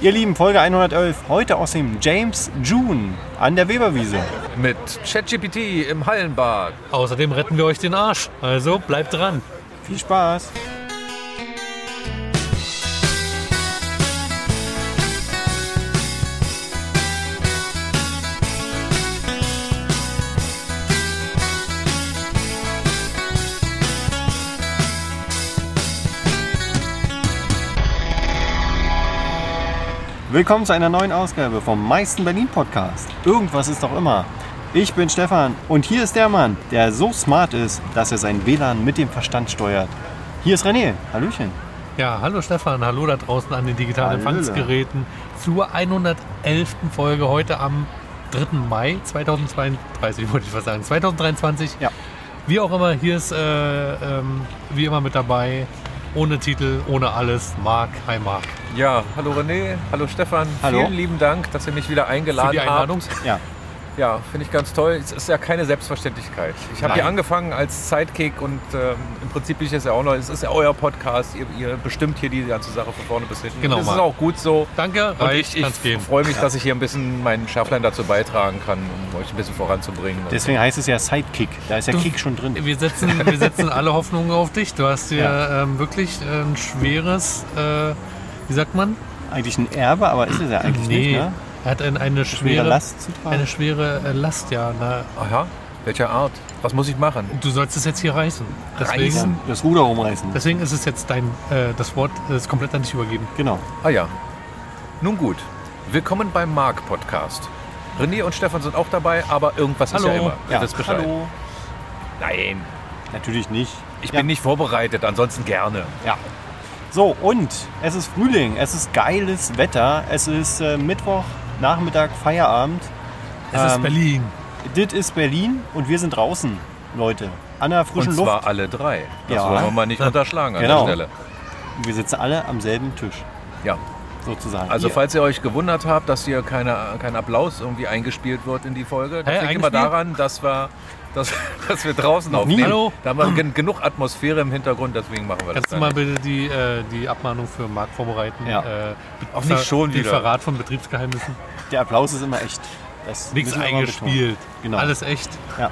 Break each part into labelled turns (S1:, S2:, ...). S1: Ihr Lieben, Folge 111, heute aus dem James June an der Weberwiese.
S2: Mit ChatGPT im Hallenbad.
S3: Außerdem retten wir euch den Arsch. Also bleibt dran.
S1: Viel Spaß! Willkommen zu einer neuen Ausgabe vom Meisten Berlin Podcast. Irgendwas ist doch immer. Ich bin Stefan und hier ist der Mann, der so smart ist, dass er sein WLAN mit dem Verstand steuert. Hier ist René. Hallöchen.
S3: Ja, hallo Stefan, hallo da draußen an den digitalen
S1: Hallöle.
S3: Empfangsgeräten zur 111. Folge heute am 3. Mai 2032, wollte ich fast sagen, 2023.
S1: Ja.
S3: Wie auch immer, hier ist äh, ähm, wie immer mit dabei, ohne Titel, ohne alles, Marc, hi Marc.
S2: Ja, hallo René, hallo Stefan.
S1: Hallo.
S2: Vielen lieben Dank, dass ihr mich wieder eingeladen
S3: Für die Einladung.
S2: habt.
S1: Ja,
S2: Ja, finde ich ganz toll. Es ist ja keine Selbstverständlichkeit. Ich habe
S3: Nein.
S2: hier angefangen als Sidekick und ähm, im Prinzip bin ich das ja auch noch. Es ist ja euer Podcast. Ihr, ihr bestimmt hier die ganze Sache von vorne bis hinten.
S3: Genau,
S2: Das ist
S3: Marc.
S2: auch gut so.
S3: Danke,
S2: Und
S3: reicht,
S2: ich,
S3: kann's
S2: ich
S3: geben.
S2: freue mich, dass ich hier ein bisschen meinen Schärflein dazu beitragen kann, um euch ein bisschen voranzubringen. Und
S1: deswegen heißt es ja Sidekick. Da ist der Kick schon drin.
S3: Wir setzen, wir setzen alle Hoffnungen auf dich. Du hast dir ähm, wirklich ein schweres, äh, wie sagt man?
S1: Eigentlich ein Erbe, aber ist es ja eigentlich nicht, ne?
S3: er hat ein, eine
S1: Schwere
S3: schwere,
S1: Last zu tragen.
S3: eine schwere äh, Last, ja. Na,
S2: Aha, welcher Art? Was muss ich machen?
S3: du sollst es jetzt hier reißen. Deswegen,
S1: Ja, das Ruder rumreißen.
S3: deswegen ist es jetzt dein, äh, das Wort äh, ist komplett an dich übergeben.
S1: genau.
S2: Ah ja. Nun gut, willkommen beim Mark-Podcast. René und Stefan sind auch dabei, aber irgendwas ist
S3: Hallo.
S2: ja immer.
S1: Ja.
S2: Ihr wisst Bescheid.
S1: Hallo.
S2: Nein,
S1: Natürlich nicht.
S2: ich
S1: Ja.
S2: bin nicht vorbereitet, ansonsten gerne.
S1: Ja. So, und es ist Frühling, es ist geiles Wetter, es ist äh, Mittwoch, Nachmittag, Feierabend.
S3: Es ist
S1: Ähm,
S3: Berlin.
S1: Dit ist Berlin und wir sind draußen, Leute. An der frischen
S2: Und
S1: Luft.
S2: zwar alle drei. Das
S1: Ja.
S2: wollen wir mal nicht unterschlagen an
S1: Genau.
S2: der Stelle.
S1: Wir sitzen alle am selben Tisch,
S2: Ja,
S1: sozusagen.
S2: also
S1: Hier.
S2: falls ihr euch gewundert habt, dass hier keine, kein Applaus irgendwie eingespielt wird in die Folge, das
S3: Hä,
S2: liegt immer
S3: eingespielt?
S2: daran, dass wir, dass, dass wir draußen
S1: Noch nie.
S2: aufnehmen.
S3: Hallo?
S2: Da haben wir gen genug Atmosphäre im Hintergrund, deswegen machen wir
S3: Kannst du
S2: das.
S3: mal
S2: dann.
S3: bitte die, äh, die Abmahnung für Marc vorbereiten?
S1: Ja.
S3: Äh,
S2: Ach, nicht schon
S3: die
S2: wieder.
S3: Verrat von Betriebsgeheimnissen.
S1: Der Applaus ist immer echt. Das
S3: Nichts
S1: müssen wir immer
S3: eingespielt.
S1: betonen. Genau.
S3: Alles echt.
S1: Ja.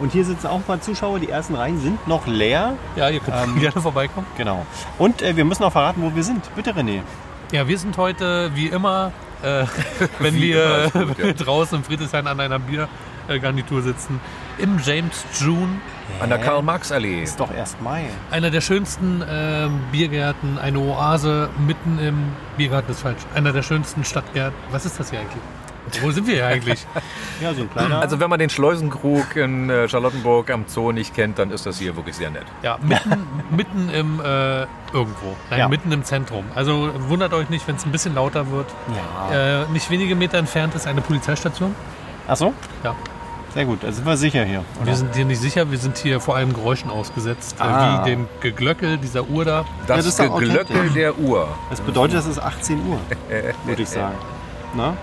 S1: Und hier sitzen auch ein paar Zuschauer, die ersten Reihen sind noch leer.
S3: Ja, ihr könnt
S1: Ähm,
S3: gerne vorbeikommen.
S1: Genau. Und äh, wir müssen auch verraten, wo wir sind. Bitte, René.
S3: Ja, wir sind heute wie immer, äh, wenn,
S2: Wie immer
S3: wir,
S2: ist gut,
S3: wenn wir
S2: ja.
S3: draußen im Friedrichshain an äh, einer Biergarnitur sitzen, im James June,
S2: An der Karl-Marx-Allee.
S1: Ist doch erst Mai.
S3: einer der schönsten ähm, Biergärten, eine Oase mitten im Biergarten ist falsch, einer der schönsten Stadtgärten. Was ist das hier eigentlich? Wo sind wir hier eigentlich?
S1: Ja, so ein kleiner.
S2: Also wenn man den Schleusenkrug in äh, Charlottenburg am Zoo nicht kennt, dann ist das hier wirklich sehr nett.
S3: Ja, mitten, mitten im äh, irgendwo, nein,
S1: Ja.
S3: mitten im Zentrum. Also wundert euch nicht, wenn es ein bisschen lauter wird.
S1: ja.
S3: Äh, nicht wenige Meter entfernt ist eine Polizeistation.
S1: Ach so?
S3: Ja.
S1: Sehr gut, da sind wir sicher hier. oder?
S3: Wir sind hier nicht sicher, wir sind hier vor allem Geräuschen ausgesetzt,
S1: Ah.
S3: äh, wie dem Geglöckel dieser Uhr da.
S2: Das,
S1: das ist doch
S2: Geglöckel
S1: authentisch.
S2: der Uhr.
S1: Das bedeutet, es ist 18 Uhr, würde ich sagen. Na?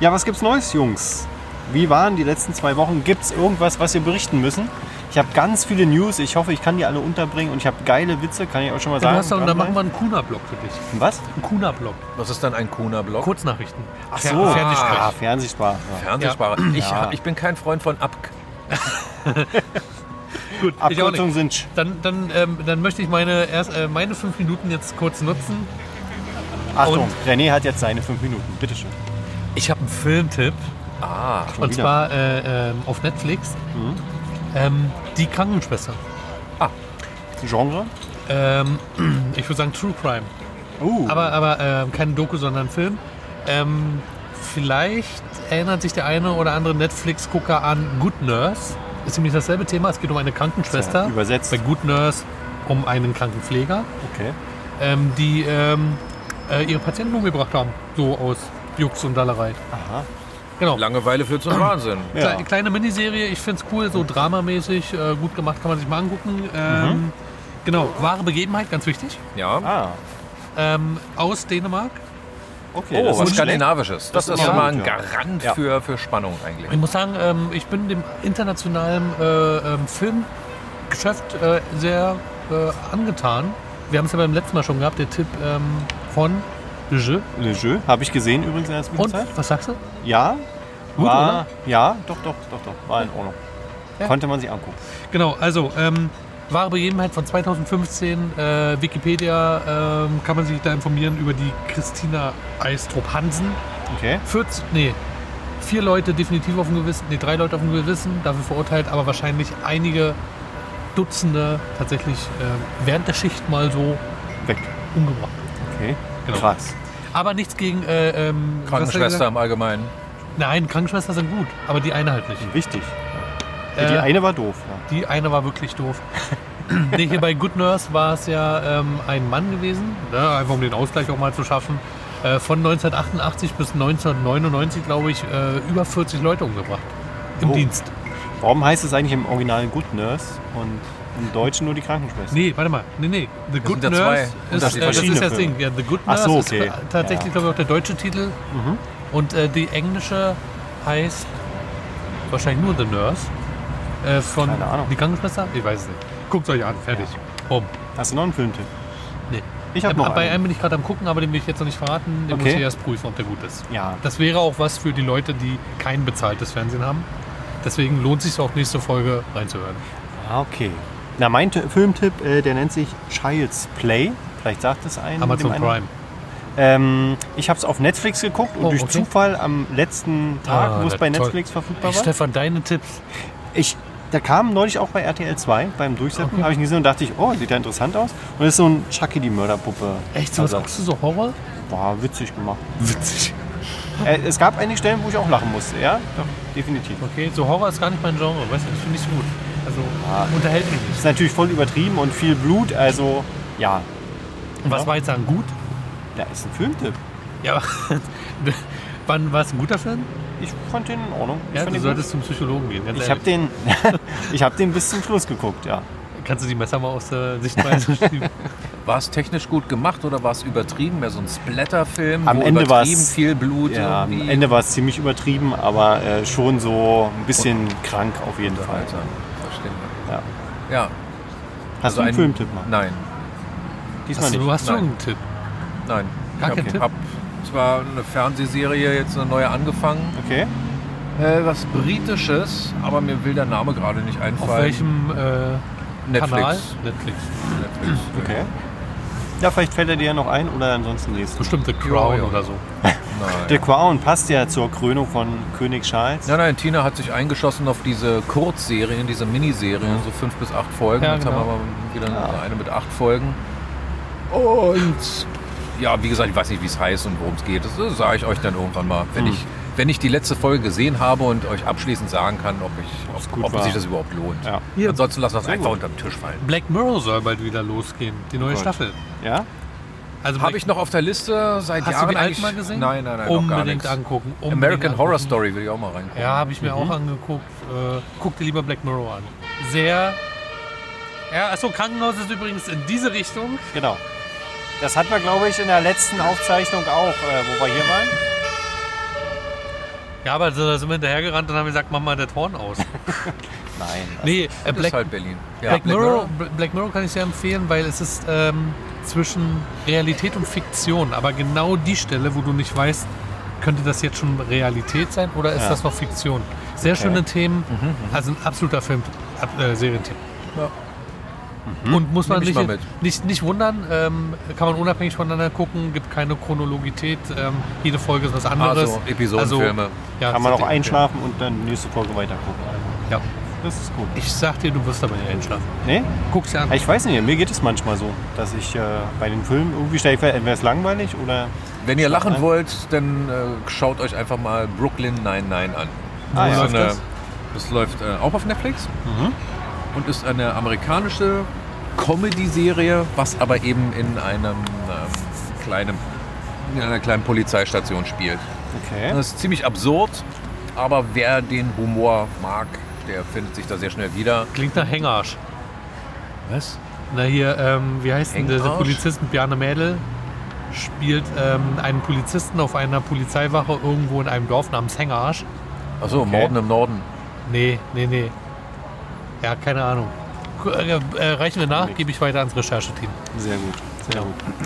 S1: Ja, was gibt's Neues, Jungs? Wie waren die letzten zwei Wochen? Gibt's irgendwas, was wir berichten müssen? Ich habe ganz viele News. Ich hoffe, ich kann die alle unterbringen. Und ich habe geile Witze, kann ich euch schon mal
S3: Du
S1: sagen.
S3: hast doch, dann machen
S1: Dranbleiben.
S3: wir einen Kuna-Block für dich.
S1: was?
S3: Ein Kuna-Block.
S2: Was ist dann ein Kuna-Block?
S3: Kurznachrichten.
S1: Ach
S3: Fer-
S1: so.
S3: Fernsehsprech.
S1: Ah, Fernsehsprache.
S2: Fernsehsprache. Ich,
S1: Ja.
S2: hab- ich bin kein Freund von Abk.
S3: Gut, ich auch
S1: Abkürzungen
S3: nicht.
S1: sind... Sch-
S3: Dann, dann, ähm, dann möchte ich meine, erst, äh, meine fünf Minuten jetzt kurz nutzen.
S1: Achtung, René hat jetzt seine fünf Minuten. Bitteschön.
S3: Ich habe einen Filmtipp.
S2: Ah,
S3: und
S1: wieder.
S3: zwar äh, ähm, auf Netflix. Ähm, die Krankenschwester.
S1: Genre?
S3: Ähm, ich würde sagen True Crime.
S1: Uh,
S3: Aber, aber ähm, keine Doku, sondern Film. Ähm, vielleicht erinnert sich der eine oder andere Netflix-Gucker an Good Nurse. Ist nämlich dasselbe Thema. Es geht um eine Krankenschwester.
S1: Ja, übersetzt.
S3: Bei Good Nurse um einen Krankenpfleger,
S1: okay.
S3: ähm, die ähm, äh, ihre Patienten umgebracht haben. So aus Jux und Dallerei.
S1: Aha.
S3: Genau.
S2: Langeweile führt
S1: Ah.
S2: zum Wahnsinn.
S1: Ja.
S3: Kle kleine Miniserie, ich find's cool, so dramamäßig, äh, gut gemacht, kann man sich mal angucken. Ähm, Genau, wahre Begebenheit, ganz wichtig.
S2: Ja.
S1: Ah,
S3: Ähm, aus Dänemark.
S1: okay.
S2: Oh,
S1: das
S2: was
S1: ist nicht schlecht.
S2: Skandinavisches. Das,
S1: Das ist
S2: ist schon
S1: immer
S2: mal ein
S1: gut, ja.
S2: Garant
S1: Ja.
S2: für, für Spannung eigentlich.
S3: Ich muss sagen, ähm, ich bin dem internationalen äh, ähm, Filmgeschäft äh, sehr äh, angetan. Wir haben es ja beim letzten Mal schon gehabt, der Tipp ähm, von Le Jeu.
S1: Le Jeu, habe ich gesehen übrigens in der
S3: Und,
S1: Zwischenzeit.
S3: was sagst du?
S1: Ja,
S3: Gut,
S1: war, ja, doch, doch, doch, doch, war in Ordnung.
S3: Ja.
S1: Konnte man sich angucken.
S3: Genau, also ähm, wahre Begebenheit von 2015, äh, Wikipedia, ähm, kann man sich da informieren über die Christina Eistrup Hansen.
S1: Okay.
S3: 40, nee, vier Leute definitiv auf dem Gewissen, nee, drei Leute auf dem Gewissen, dafür verurteilt, aber wahrscheinlich einige Dutzende tatsächlich äh, während der Schicht mal so
S1: Weg.
S3: umgebracht.
S1: Okay.
S3: Genau.
S1: Krass.
S3: Aber nichts gegen äh, ähm, was hat er
S2: Krankenschwester
S3: gesagt?
S2: im Allgemeinen.
S3: Nein, Krankenschwestern sind gut, aber die eine halt nicht.
S1: Wichtig.
S3: Äh,
S1: die eine war doof. Ja.
S3: Die eine war wirklich doof. nee, hier bei Good Nurse war es ja ähm, ein Mann gewesen, ne, einfach um den Ausgleich auch mal zu schaffen. Äh, von 1988 bis 1999, glaube ich, äh, über 40 Leute umgebracht. Im
S1: Oh.
S3: Dienst.
S1: Warum heißt es eigentlich im Original Good Nurse und im Deutschen nur die Krankenschwester?
S3: Nee, warte mal. Nee, nee. The Good
S2: sind ja zwei
S3: Nurse ist, äh,
S2: unterschiedliche
S3: das ist das
S1: Filme.
S3: Ding. Ja, The Good
S1: Ach
S3: Nurse
S1: so,
S3: ist
S1: okay.
S3: äh, tatsächlich,
S1: Ja.
S3: glaube ich, auch der deutsche Titel.
S1: Mhm.
S3: Und äh, die englische heißt wahrscheinlich nur The Nurse. Äh, von
S1: Keine Ahnung.
S3: die Krankenschwester? Ich weiß es nicht. Guckt euch an, fertig. Bumm.
S1: Hast du noch einen Filmtipp?
S3: Nee.
S1: Ich habe
S3: Ähm,
S1: noch
S3: bei
S1: einen.
S3: einem bin ich gerade am gucken, aber den will ich jetzt noch nicht verraten. Den muss
S1: Okay.
S3: ich erst prüfen, ob der gut ist.
S1: Ja,
S3: Das wäre auch was für die Leute, die kein bezahltes Fernsehen haben. Deswegen lohnt sich auch nächste Folge reinzuhören.
S1: Ah, okay. Na, mein T Filmtipp, äh, der nennt sich Child's Play. Vielleicht sagt es einen.
S3: Amazon
S1: dem einen.
S3: Prime.
S1: Ähm, ich habe es auf Netflix geguckt und
S3: Oh,
S1: durch
S3: okay.
S1: Zufall am letzten Tag,
S3: Ah,
S1: wo es
S3: na
S1: bei
S3: toll.
S1: Netflix verfügbar
S3: Hey,
S1: war,
S3: Stefan, deine Tipps.
S1: ich, da kam neulich auch bei RTL 2 beim Durchsetzen, habe ich ihn gesehen und dachte ich, oh, sieht ja interessant aus. Und das ist so ein Chucky die Mörderpuppe.
S3: Echt, so was
S1: Also,
S3: guckst du so Horror?
S1: War witzig gemacht.
S3: Witzig.
S1: Äh, es gab einige Stellen, wo ich auch lachen musste, ja? Doch, definitiv.
S3: Okay, so Horror ist gar nicht mein Genre. Weißt du, das finde ich so gut. Also
S1: Ah.
S3: unterhält mich nicht.
S1: Ist natürlich voll übertrieben und viel Blut, also ja,
S3: Und was war jetzt dann gut?
S1: da ist ein Filmtipp.
S3: Ja, aber wann war es ein guter Film?
S1: Ich fand den in Ordnung. Ich
S3: Ja,
S1: fand
S3: du
S1: den gut.
S3: solltest zum Psychologen gehen. Ganz
S1: Ich habe
S3: ehrlich.
S1: den, ich hab den bis zum Schluss geguckt, ja.
S3: Kannst du die Messer mal aus der Sichtweise schieben?
S2: War es technisch gut gemacht oder war es übertrieben? Mehr so ein Splatterfilm,
S1: Am
S2: wo
S1: Ende
S2: übertrieben
S1: war's-
S2: viel Blut.
S1: ja am
S2: irgendwie-
S1: Ende war es ziemlich übertrieben, aber äh, schon so ein bisschen krank auf jeden Fall.
S2: Alter, verstehe.
S1: Ja.
S2: Ja, also
S1: Hast du einen Filmtipp mal?
S2: Nein,
S1: Diesmal
S3: Also Hast du,
S1: nicht.
S3: hast du
S2: Nein.
S3: einen Tipp?
S2: nein.
S3: Gar keinen
S2: ich
S3: Tipp?
S2: habe zwar eine Fernsehserie, jetzt eine neue angefangen.
S1: Okay.
S2: Äh, was Britisches, aber mir will der Name gerade nicht
S3: Auf
S2: einfallen.
S3: welchem äh,
S2: Netflix.
S3: Kanal? Netflix.
S2: Netflix.
S1: okay. Ja, vielleicht fällt er dir ja noch ein oder ansonsten lest.
S3: Bestimmt The Crown
S2: Ja, ja.
S3: oder so.
S2: Nein.
S1: The Crown passt ja zur Krönung von König Charles.
S2: Nein, nein, Tina hat sich eingeschossen auf diese Kurzserien, diese Miniserien, so fünf bis acht Folgen.
S3: Ja,
S2: Jetzt
S3: genau.
S2: haben wir aber wieder eine mit acht Folgen. Und ja, wie gesagt, ich weiß nicht, wie es heißt und worum es geht. Das sage ich euch dann irgendwann mal, wenn,
S3: Hm.
S2: ich, wenn ich die letzte Folge gesehen habe und euch abschließend sagen kann, ob, ich,
S1: es
S2: ob,
S1: gut
S2: ob
S1: war.
S2: sich das überhaupt lohnt.
S1: Ja.
S3: Hier.
S2: Ansonsten lassen wir es
S1: Sehr
S2: einfach
S1: gut.
S2: unterm Tisch fallen.
S3: Black Mirror soll bald wieder losgehen, die neue
S1: Gott.
S3: Staffel.
S1: Ja?
S2: Habe
S3: Also Black-
S2: Oh ich noch auf der Liste seit
S3: hast du
S2: Jahren
S3: die alten
S2: eigentlich-
S3: mal gesehen?
S2: Nein, nein, nein, noch gar
S3: Unbedingt
S2: nichts.
S3: angucken. Unbedingt
S2: American
S3: angucken.
S2: Horror Story Mhm. will ich auch mal reingucken.
S3: Ja, habe ich mir auch angeguckt. Äh, guck dir lieber Black Mirror an. Sehr. Ja, achso, Krankenhaus ist übrigens in diese Richtung.
S1: Genau. Das hatten wir, glaube ich, in der letzten Aufzeichnung auch, äh, wo wir hier waren.
S3: Ja, aber da sind wir hinterhergerannt und haben gesagt, mach mal das Horn aus.
S1: Nein.
S3: nee, äh,
S2: Das
S3: Black,
S2: ist halt Berlin. Ja,
S3: Black, Mirror, Bl- Black Mirror kann ich sehr empfehlen, weil es ist ähm, zwischen Realität und Fiktion, aber genau die Stelle, wo du nicht weißt, könnte das jetzt schon Realität sein oder ist
S1: Ja.
S3: das noch Fiktion? Sehr schöne Themen,
S2: Mhm,
S3: also ein absoluter Film, ab, äh, Serientipp.
S2: Ja.
S3: Und muss man
S2: Mhm. Nehm ich
S3: nicht,
S2: mal mit.
S3: nicht, nicht wundern, ähm, kann man unabhängig voneinander gucken, gibt keine Chronologität, ähm, jede Folge ist was anderes.
S2: Also Episodenfilme.
S3: ja,
S1: Kann man auch
S3: Serientipp.
S1: einschlafen und dann die nächste Folge weitergucken. Also,
S3: Ja.
S1: das ist gut.
S3: Ich sag dir, du wirst dabei nicht einschlafen.
S1: Nee?
S3: Guck's dir an.
S1: Ich weiß nicht, mir geht es manchmal so, dass ich äh, bei den Filmen irgendwie stelle ich fest, entweder ist langweilig oder
S2: Wenn ihr lachen wollt, dann äh, schaut euch einfach mal Brooklyn 99 an.
S1: Ah, ja. Mhm.
S2: das, ist eine,
S3: Läuft
S2: das läuft äh, auch auf Netflix und ist eine amerikanische Comedy-Serie, was aber eben in einem ähm, kleinen, in einer kleinen Polizeistation spielt.
S1: okay.
S2: Das ist ziemlich absurd, aber wer den Humor mag, der findet sich da sehr schnell wieder.
S3: Klingt nach Hängarsch.
S2: Was?
S3: Na hier, ähm, wie heißt denn der
S2: Hängarsch?
S3: Polizist? Bjarne Mädel spielt ähm, einen Polizisten auf einer Polizeiwache irgendwo in einem Dorf namens Hängarsch.
S2: Achso, Morden im Norden.
S3: Nee, nee, nee. Ja, keine Ahnung. Gu- Äh, äh, reichen wir nach, gebe ich weiter ans Rechercheteam.
S1: Sehr gut. Ja.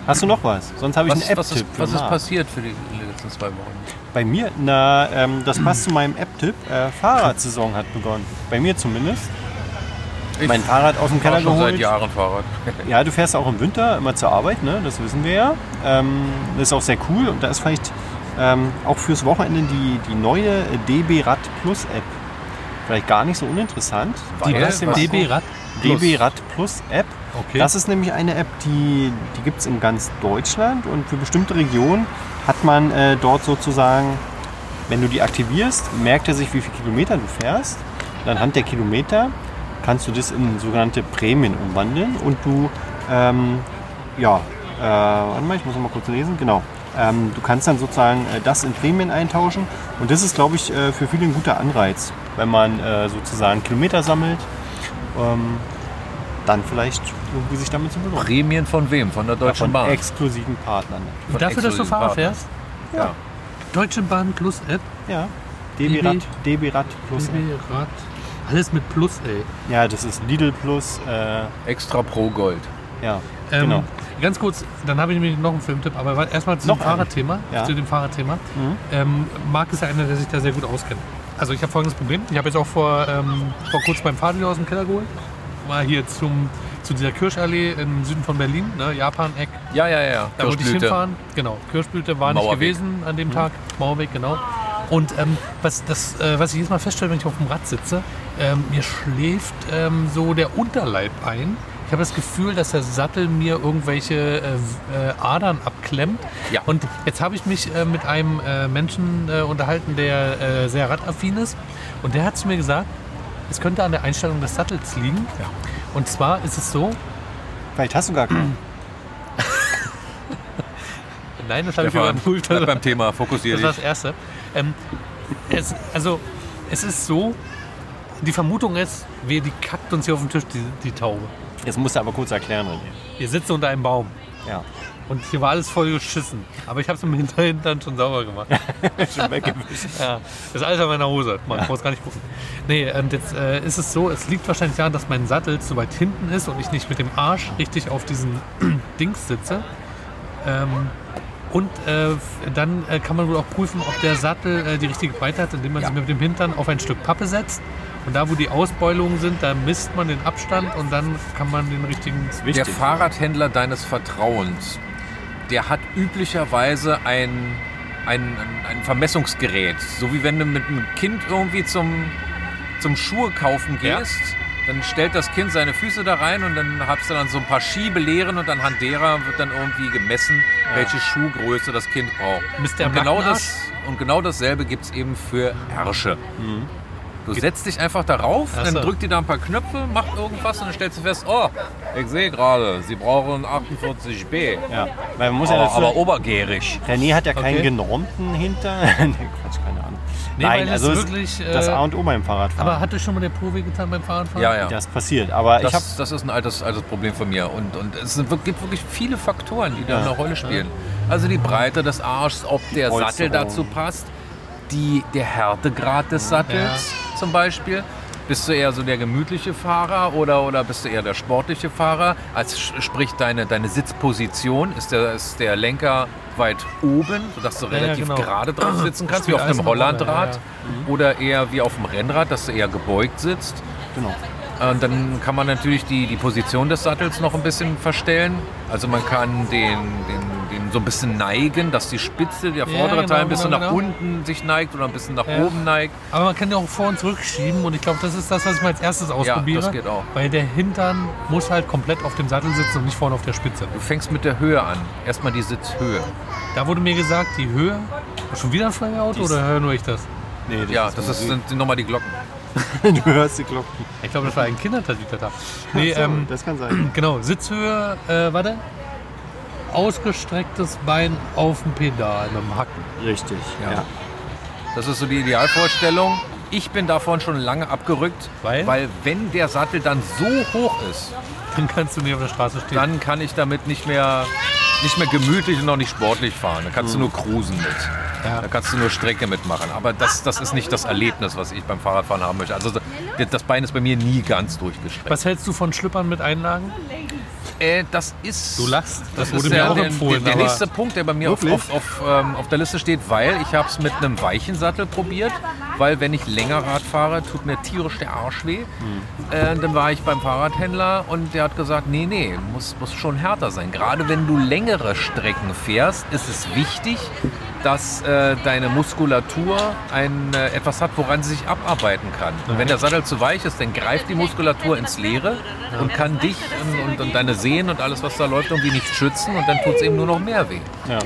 S1: Hast du noch was? Sonst habe ich
S2: Was,
S1: einen
S2: was,
S1: App-Tipp.
S2: ist, was
S1: für
S2: ist
S1: Marc.
S2: passiert für die letzten zwei Wochen?
S1: Bei mir, na, ähm, das passt zu meinem App-Tipp. Äh, Fahrradsaison hat begonnen. Bei mir zumindest.
S2: Ich
S1: mein Fahrrad aus dem
S2: fahre
S1: Keller
S2: schon
S1: geholt.
S2: seit Jahren Fahrrad.
S1: Ja, du fährst auch im Winter immer zur Arbeit, ne? das wissen wir ja. Ähm, das ist auch sehr cool und da ist vielleicht ähm, auch fürs Wochenende die, die neue DB Rad Plus App vielleicht gar nicht so uninteressant.
S2: Die
S1: kannst du dir mal
S3: DB Rad.
S1: gucken. DB Rad Plus App.
S3: Okay.
S1: Das ist nämlich eine App, die, die gibt es in ganz Deutschland und für bestimmte Regionen hat man äh, dort sozusagen, wenn du die aktivierst, merkt er sich, wie viele Kilometer du fährst. Und anhand der Kilometer kannst du das in sogenannte Prämien umwandeln und du, ähm, ja, äh, warte mal, ich muss noch mal kurz lesen, genau. Ähm, du kannst dann sozusagen äh, das in Prämien eintauschen und das ist, glaube ich, äh, für viele ein guter Anreiz, wenn man äh, sozusagen Kilometer sammelt. Ähm, dann vielleicht irgendwie sich damit zu belohnen.
S2: Prämien von wem? Von der Deutschen
S1: Von
S2: Bahn.
S1: exklusiven Partnern. natürlich.
S2: Von
S3: Dafür, dass du
S2: exklusiven
S3: Fahrrad
S2: Partnern.
S3: fährst?
S2: Ja.
S3: Deutsche Bahn Plus App.
S1: Ja.
S3: DB.
S1: DB Rad, DB Rad Plus.
S3: DB Rad. Alles mit Plus, ey.
S1: Ja, das ist Lidl Plus. Äh,
S2: Extra Pro Gold.
S1: ja,
S3: Ähm,
S1: genau.
S3: Ganz kurz, dann habe ich nämlich noch einen Filmtipp, aber wa- erstmal zum
S1: Noch einen?
S3: Fahrradthema.
S1: Ja. Mhm.
S3: Zu dem Fahrradthema. Ähm, Marc ist ja einer, der sich da sehr gut auskennt. Also ich habe folgendes Problem. Ich habe jetzt auch vor, ähm, vor kurzem meinen Fahrrad wieder aus dem Keller geholt. War hier zum, zu dieser Kirschallee im Süden von Berlin, ne, Japan-Eck.
S2: Ja, ja, ja.
S3: Da wollte ich
S2: Kirschblüte.
S3: hinfahren. Genau, Kirschblüte war nicht
S2: Mauerweg. Mhm.
S3: gewesen an dem Tag. Mauerweg, genau. Und ähm, was, das, äh, was ich jedes Mal feststelle, wenn ich auf dem Rad sitze, ähm, mir schläft ähm, so der Unterleib ein. Ich habe das Gefühl, dass der Sattel mir irgendwelche äh, äh, Adern abklemmt.
S2: Ja.
S3: Und jetzt habe ich mich äh, mit einem äh, Menschen äh, unterhalten, der äh, sehr radaffin ist. Und der hat zu mir gesagt, es könnte an der Einstellung des Sattels liegen. Und zwar ist es so,
S1: Vielleicht hast du gar keinen.
S3: nein, das habe ich
S2: Stefan,
S3: überprüft.
S2: bleib beim Thema, fokussiere
S3: Das war
S2: dich.
S3: das Erste. Ähm, es, also, es ist so, die Vermutung ist, wir, die kackt uns hier auf den Tisch, die, die Taube.
S1: Jetzt musst du aber kurz erklären, René.
S3: Wir sitzen unter einem Baum
S1: Ja.
S3: und hier war alles voll geschissen. Aber ich habe es im Hinterhintern dann schon sauber gemacht.
S1: Schon weggewischt.
S3: Ja, das ist alles an meiner Hose. Man braucht gar nicht gucken. Nee, und jetzt äh, ist es so, es liegt wahrscheinlich daran, dass mein Sattel zu weit hinten ist und ich nicht mit dem Arsch richtig auf diesen Dings sitze. Ähm, und äh, f- dann äh, kann man wohl auch prüfen, ob der Sattel äh, die richtige Breite hat, indem man
S2: Ja.
S3: sich mit dem Hintern auf ein Stück Pappe setzt. Und da, wo die Ausbeulungen sind, da misst man den Abstand und dann kann man den richtigen...
S2: Der
S1: Wichtig.
S2: Fahrradhändler deines Vertrauens, der hat üblicherweise ein, ein, ein Vermessungsgerät. So wie wenn du mit einem Kind irgendwie zum, zum Schuhe kaufen
S3: Ja.
S2: gehst, dann stellt das Kind seine Füße da rein und dann hast du dann so ein paar Schiebelehren und anhand derer wird dann irgendwie gemessen, welche Schuhgröße das Kind braucht.
S3: Misst der
S2: und, genau
S3: Nackenarsch?
S2: das, und genau dasselbe gibt es eben für Ärsche. Du setzt dich einfach darauf,
S3: Ach
S2: dann
S3: so.
S2: drückt ihr da ein paar Knöpfe, macht irgendwas und dann stellst du fest, oh, ich sehe gerade, sie brauchen 48b.
S1: Ja. Weil man muss ja
S2: Aber,
S1: dazu.
S2: aber obergärig.
S1: René hat ja keinen
S3: Okay.
S1: genormten Hintern. nee, Quatsch, keine Ahnung.
S3: Nee, weil
S1: Nein,
S3: das
S1: also es-
S3: wirklich, äh,
S1: das A und O beim Fahrradfahren.
S3: Aber hat euch schon mal der Po wehgetan beim Fahrradfahren?
S2: Ja, ja.
S1: das passiert. Aber ich habe
S2: Das, das ist ein altes, altes Problem von mir. Und, und es sind, wir- gibt wirklich viele Faktoren, die da eine Rolle spielen. Also die Breite des Arschs, ob der
S1: Polsterung.
S2: Sattel dazu passt, die, der Härtegrad des Sattels zum Beispiel. Bist du eher so der gemütliche Fahrer oder, oder bist du eher der sportliche Fahrer? Als sch- sprich deine, deine Sitzposition, ist der, ist der Lenker weit oben, sodass du
S3: ja,
S2: relativ
S3: genau.
S2: gerade drauf sitzen kannst, wie
S3: spielt
S2: auf
S3: alles
S2: einem
S3: eine Rolle,
S2: Hollandrad.
S3: ja, Mhm.
S2: Oder eher wie auf dem Rennrad, dass du eher gebeugt sitzt.
S1: genau.
S2: Und Äh, dann kann man natürlich die, die Position des Sattels noch ein bisschen verstellen. Also man kann den, den, den so ein bisschen neigen, dass die Spitze, der
S3: Ja,
S2: vordere
S3: genau,
S2: Teil ein bisschen
S3: genau,
S2: nach
S3: genau.
S2: unten sich neigt oder ein bisschen nach
S3: Ja.
S2: oben neigt.
S3: Aber man kann ja auch vor und zurückschieben und ich glaube, das ist das, was ich mal als erstes ausprobiere.
S2: das geht auch.
S3: Weil der Hintern muss halt komplett auf dem Sattel sitzen und nicht vorne auf der Spitze.
S2: Du fängst mit der Höhe an. Erstmal die Sitzhöhe.
S3: Da wurde mir gesagt, die Höhe. Schon wieder ein Flyer-Auto
S1: Die ist-
S3: oder höre nur ich das?
S1: Nee, das
S2: Ja, das ist, sind nochmal die Glocken.
S1: du hörst die Glocken.
S3: Ich glaube, das war ein Kindertatütata. Nee,
S1: Ach so,
S3: ähm,
S1: das kann sein.
S3: genau, Sitzhöhe, äh, warte. Ausgestrecktes Bein auf dem Pedal mit dem Hacken.
S1: Richtig.
S2: Ja.
S1: Ja.
S2: Das ist so die Idealvorstellung. Ich bin davon schon lange abgerückt,
S3: Weil?
S2: weil wenn der Sattel dann so hoch ist,
S3: Dann kannst du nicht auf der Straße stehen.
S2: dann Hm. kann ich damit nicht mehr, nicht mehr gemütlich und noch nicht sportlich fahren. Dann kannst du nur cruisen mit.
S3: Ja.
S2: Da kannst du nur Strecke mitmachen. Aber das, das ist nicht das Erlebnis, was ich beim Fahrradfahren haben möchte. Also das- das Bein ist bei mir nie ganz durchgestreckt.
S3: Was hältst du von Schlüppern mit Einlagen?
S2: Äh, das ist.
S3: Du lachst, das
S2: Das
S3: wurde
S2: ist
S3: mir
S2: der,
S3: auch
S2: der,
S3: empfohlen.
S2: der, der
S3: aber-
S2: nächste Punkt, der bei mir auf,
S1: Wirklich?
S2: auf, auf, ähm, auf der Liste steht, weil ich habe es mit einem weichen Sattel probiert, weil wenn ich länger Rad fahre, tut mir tierisch der Arsch
S3: Hm.
S2: weh. Äh, dann war ich beim Fahrradhändler und der hat gesagt, nee, nee, muss, muss schon härter sein. Gerade wenn du längere Strecken fährst, ist es wichtig, dass äh, deine Muskulatur ein, äh, etwas hat, woran sie sich abarbeiten kann. Und wenn der Sattel zu weich ist, dann greift die Muskulatur ins Leere und kann dich und, und, und deine Sehnen und alles, was da läuft, irgendwie nicht schützen und dann tut es eben nur noch mehr weh.
S1: Ja.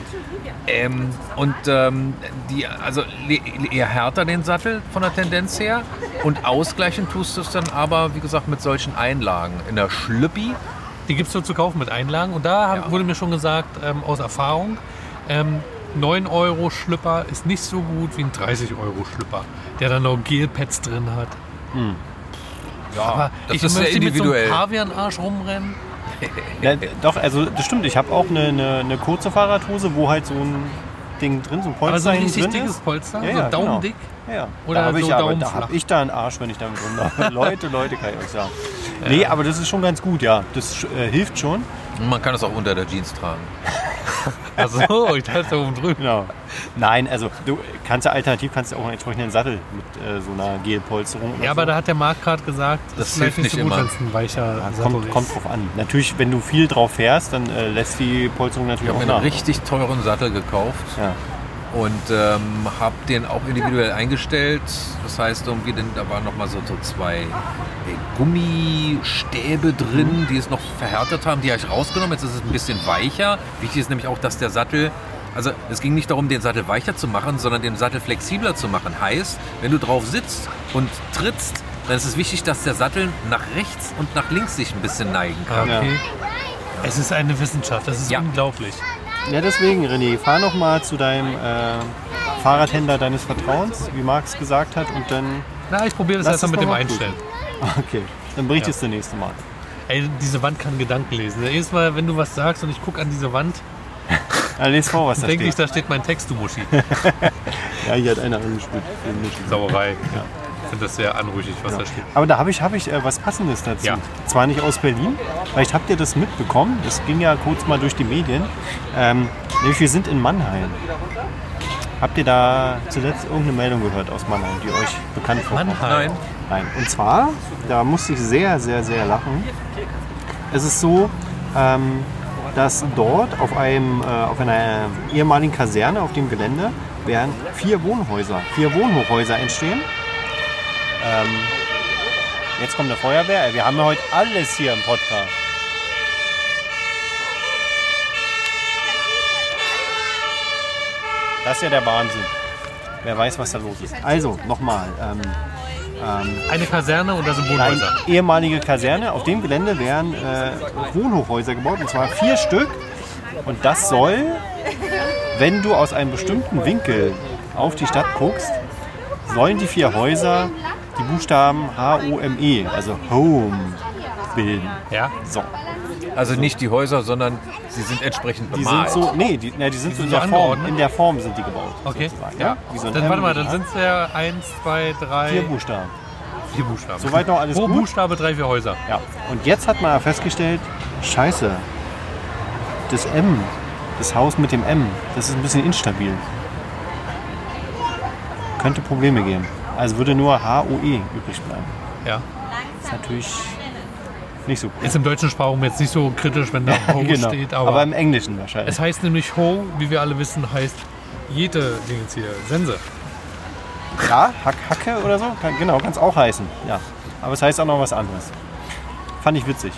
S2: Ähm, und ähm, die, also le- le- eher härter den Sattel von der Tendenz her und ausgleichen tust du es dann aber, wie gesagt, mit solchen Einlagen. In der Schlüppi,
S3: Die gibt es nur zu kaufen mit Einlagen. Und da hab-
S2: Ja.
S3: wurde mir schon gesagt, ähm, aus Erfahrung, ähm, 9 Euro Schlüpper ist nicht so gut wie ein 30 Euro Schlüpper, der dann noch Gelpads drin hat.
S2: Hm. ja,
S3: Aber
S2: das
S3: ich
S2: ist sehr
S3: möchte mit so einem
S2: individuell.
S3: Pavian-Arsch rumrennen.
S1: Ja, doch, also das stimmt. Ich habe auch eine, eine, eine kurze Fahrradhose, wo halt so ein Ding drin, so ein
S3: Aber
S1: Polster
S3: Also so ein
S1: hinten
S3: richtig
S1: drin
S3: dickes
S1: ist.
S3: Polster,
S1: Ja, genau.
S3: so
S1: ja,
S3: daumendick.
S1: Ja, ja.
S3: Oder
S1: da habe
S3: so
S1: ich, aber- da
S3: daumenflach.
S1: hab ich da einen Arsch, wenn ich damit rumlaufe. Leute, Leute, kann ich euch sagen. Nee, aber das ist schon ganz gut, ja. Das äh, hilft schon.
S2: Man kann es auch unter der Jeans tragen.
S3: Achso, Also, ich dachte oben drüben.
S1: Genau. Nein, also du kannst ja alternativ kannst du auch einen entsprechenden Sattel mit äh, so einer Gelpolsterung. oder
S3: Ja, aber
S1: so.
S3: da hat der Marc gerade gesagt,
S2: Das
S3: ist vielleicht
S2: hilft
S3: so
S2: nicht
S3: gut,
S2: immer.
S3: wenn es ein weicher
S1: Ja,
S3: Sattel
S1: kommt,
S3: ist.
S1: kommt drauf an. Natürlich, wenn du viel drauf fährst, dann äh, lässt die Polsterung
S2: Ich
S1: natürlich
S2: habe
S1: auch
S2: mir einen
S1: nach.
S2: richtig teuren Sattel gekauft.
S1: Genau. Ja.
S2: und ähm, habe den auch individuell eingestellt. Das heißt, irgendwie, denn da waren nochmal so, so zwei äh, Gummistäbe drin, die es noch verhärtet haben. Die habe ich rausgenommen. Jetzt ist es ein bisschen weicher. Wichtig ist nämlich auch, dass der Sattel. Also es ging nicht darum, den Sattel weicher zu machen, sondern den Sattel flexibler zu machen. Heißt, wenn du drauf sitzt und trittst, dann ist es wichtig, dass der Sattel nach rechts und nach links sich ein bisschen neigen
S3: Ah,
S2: kann.
S3: Okay. Es ist eine Wissenschaft, das ist
S2: Ja.
S3: unglaublich.
S1: ja, deswegen, René, fahr noch mal zu deinem äh, Fahrradhändler deines Vertrauens, wie Marx gesagt hat, und dann,
S3: Na, ich probiere das
S1: Lass es
S3: erstmal mit dem
S1: mal nachprüfen.
S3: Einstellen.
S1: okay, dann berichtest du das nächste Mal.
S3: Ey, diese Wand kann Gedanken lesen. Jedes Mal, wenn du was sagst und ich gucke an diese Wand,
S1: Ja, les vor, was da
S3: denke ich,
S1: steht.
S3: da steht mein Text, du Muschi.
S1: Ja, hier hat einer angespielt. Den Mischling.
S3: Sauerei. Ich finde das sehr anrüchig, was da steht.
S1: Aber da habe ich, hab ich äh, was Passendes dazu.
S3: Ja.
S1: Zwar nicht aus Berlin, vielleicht habt ihr das mitbekommen. Das ging ja kurz mal durch die Medien. Ähm, nämlich wir sind in Mannheim. Habt ihr da zuletzt irgendeine Meldung gehört aus Mannheim, die euch bekannt vorkommt?
S3: Mannheim.
S2: Nein.
S1: Nein. Und zwar, da musste ich sehr, sehr, sehr lachen. Es ist so, ähm, dass dort auf, einem, äh, auf einer äh, ehemaligen Kaserne auf dem Gelände werden vier Wohnhäuser, vier Wohnhochhäuser entstehen. Ähm, jetzt kommt eine Feuerwehr. Wir haben ja heute alles hier im Podcast. Das ist ja der Wahnsinn. Wer weiß, was da los ist. Also, nochmal. Ähm,
S3: Eine Kaserne und da sind Wohnhäuser.
S1: eine ehemalige Kaserne. Auf dem Gelände werden äh, Wohnhochhäuser gebaut, und zwar vier Stück. Und das soll, wenn du aus einem bestimmten Winkel auf die Stadt guckst, sollen die vier Häuser die Buchstaben H-O-M-E, also Home, bilden.
S3: Ja?
S1: So,
S2: Also nicht die Häuser, sondern sie sind entsprechend
S1: die
S2: bemalt.
S1: sind so, nee, die, na, die sind so in
S3: so
S1: der Form,
S3: angeordnet?
S1: in der Form sind die gebaut.
S3: Okay.
S1: sozusagen,
S3: Ja.
S1: ja? Wie so ein
S3: Dann warte mal, dann
S1: Hemd.
S3: sind es ja eins, zwei, drei,
S1: vier Buchstaben.
S3: vier Buchstaben.
S1: Soweit noch alles
S3: Pro
S1: gut?
S3: Buchstabe drei, vier Häuser.
S1: Ja. Und jetzt hat man ja festgestellt, scheiße, das M, das Haus mit dem M, das ist ein bisschen instabil. Könnte Probleme geben. Also würde nur HOE übrig bleiben.
S3: Ja.
S1: Ist natürlich nicht so cool.
S3: Ist im deutschen Sprachraum jetzt nicht so kritisch, wenn da Ho steht, aber,
S1: Genau. im Englischen wahrscheinlich.
S3: es heißt nämlich Ho, wie wir alle wissen, heißt jede Dingens hier, Sense.
S1: Ja, Hack, Hacke oder so? Kann, genau, kann es auch heißen. Ja. Aber es heißt auch noch was anderes. Fand ich witzig.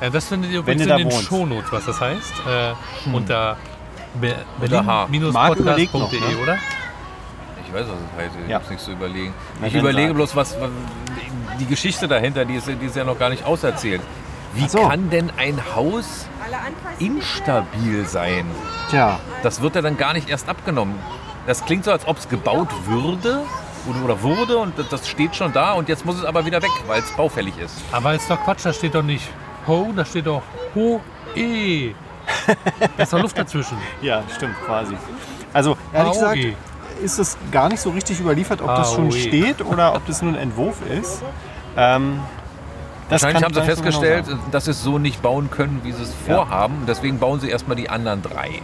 S3: Ja, Äh, das findet ihr
S1: Wenn
S3: übrigens
S1: du da
S3: in den
S1: wohnst.
S3: Shownotes, was das heißt. Äh, Unter be-
S2: H.
S1: Marc überlegt noch,
S3: berlin-podcast.de,
S1: ne?
S3: oder?
S2: Ich weiß, halt, was es heißt. Ich
S1: Ja.
S2: hab's nichts zu überlegen.
S1: Na, halt-
S2: ich
S1: dann
S2: überlege
S1: sag.
S2: bloß, was was- die Geschichte dahinter, die ist, die ist ja noch gar nicht auserzählt. Wie
S1: Ach so.
S2: kann denn ein Haus instabil sein?
S1: Tja,
S2: Das wird ja dann gar nicht erst abgenommen. Das klingt so, als ob es gebaut würde oder- oder wurde und das- das steht schon da und jetzt muss es aber wieder weg, weil es baufällig ist.
S3: Aber ist doch Quatsch, da steht doch nicht Ho, da steht doch Ho E. Da ist doch Luft dazwischen.
S1: ja, stimmt, quasi. Also ehrlich gesagt
S3: AOE.
S1: ist es gar nicht so richtig überliefert, ob das
S3: AOE.
S1: schon steht oder ob das nur ein Entwurf ist. Ähm, das kann ich
S2: Wahrscheinlich haben sie
S1: gar nicht so genau
S2: festgestellt,
S1: sagen.
S2: dass sie es so nicht bauen können, wie sie es
S1: Ja.
S2: vorhaben. Deswegen bauen sie erstmal die anderen drei.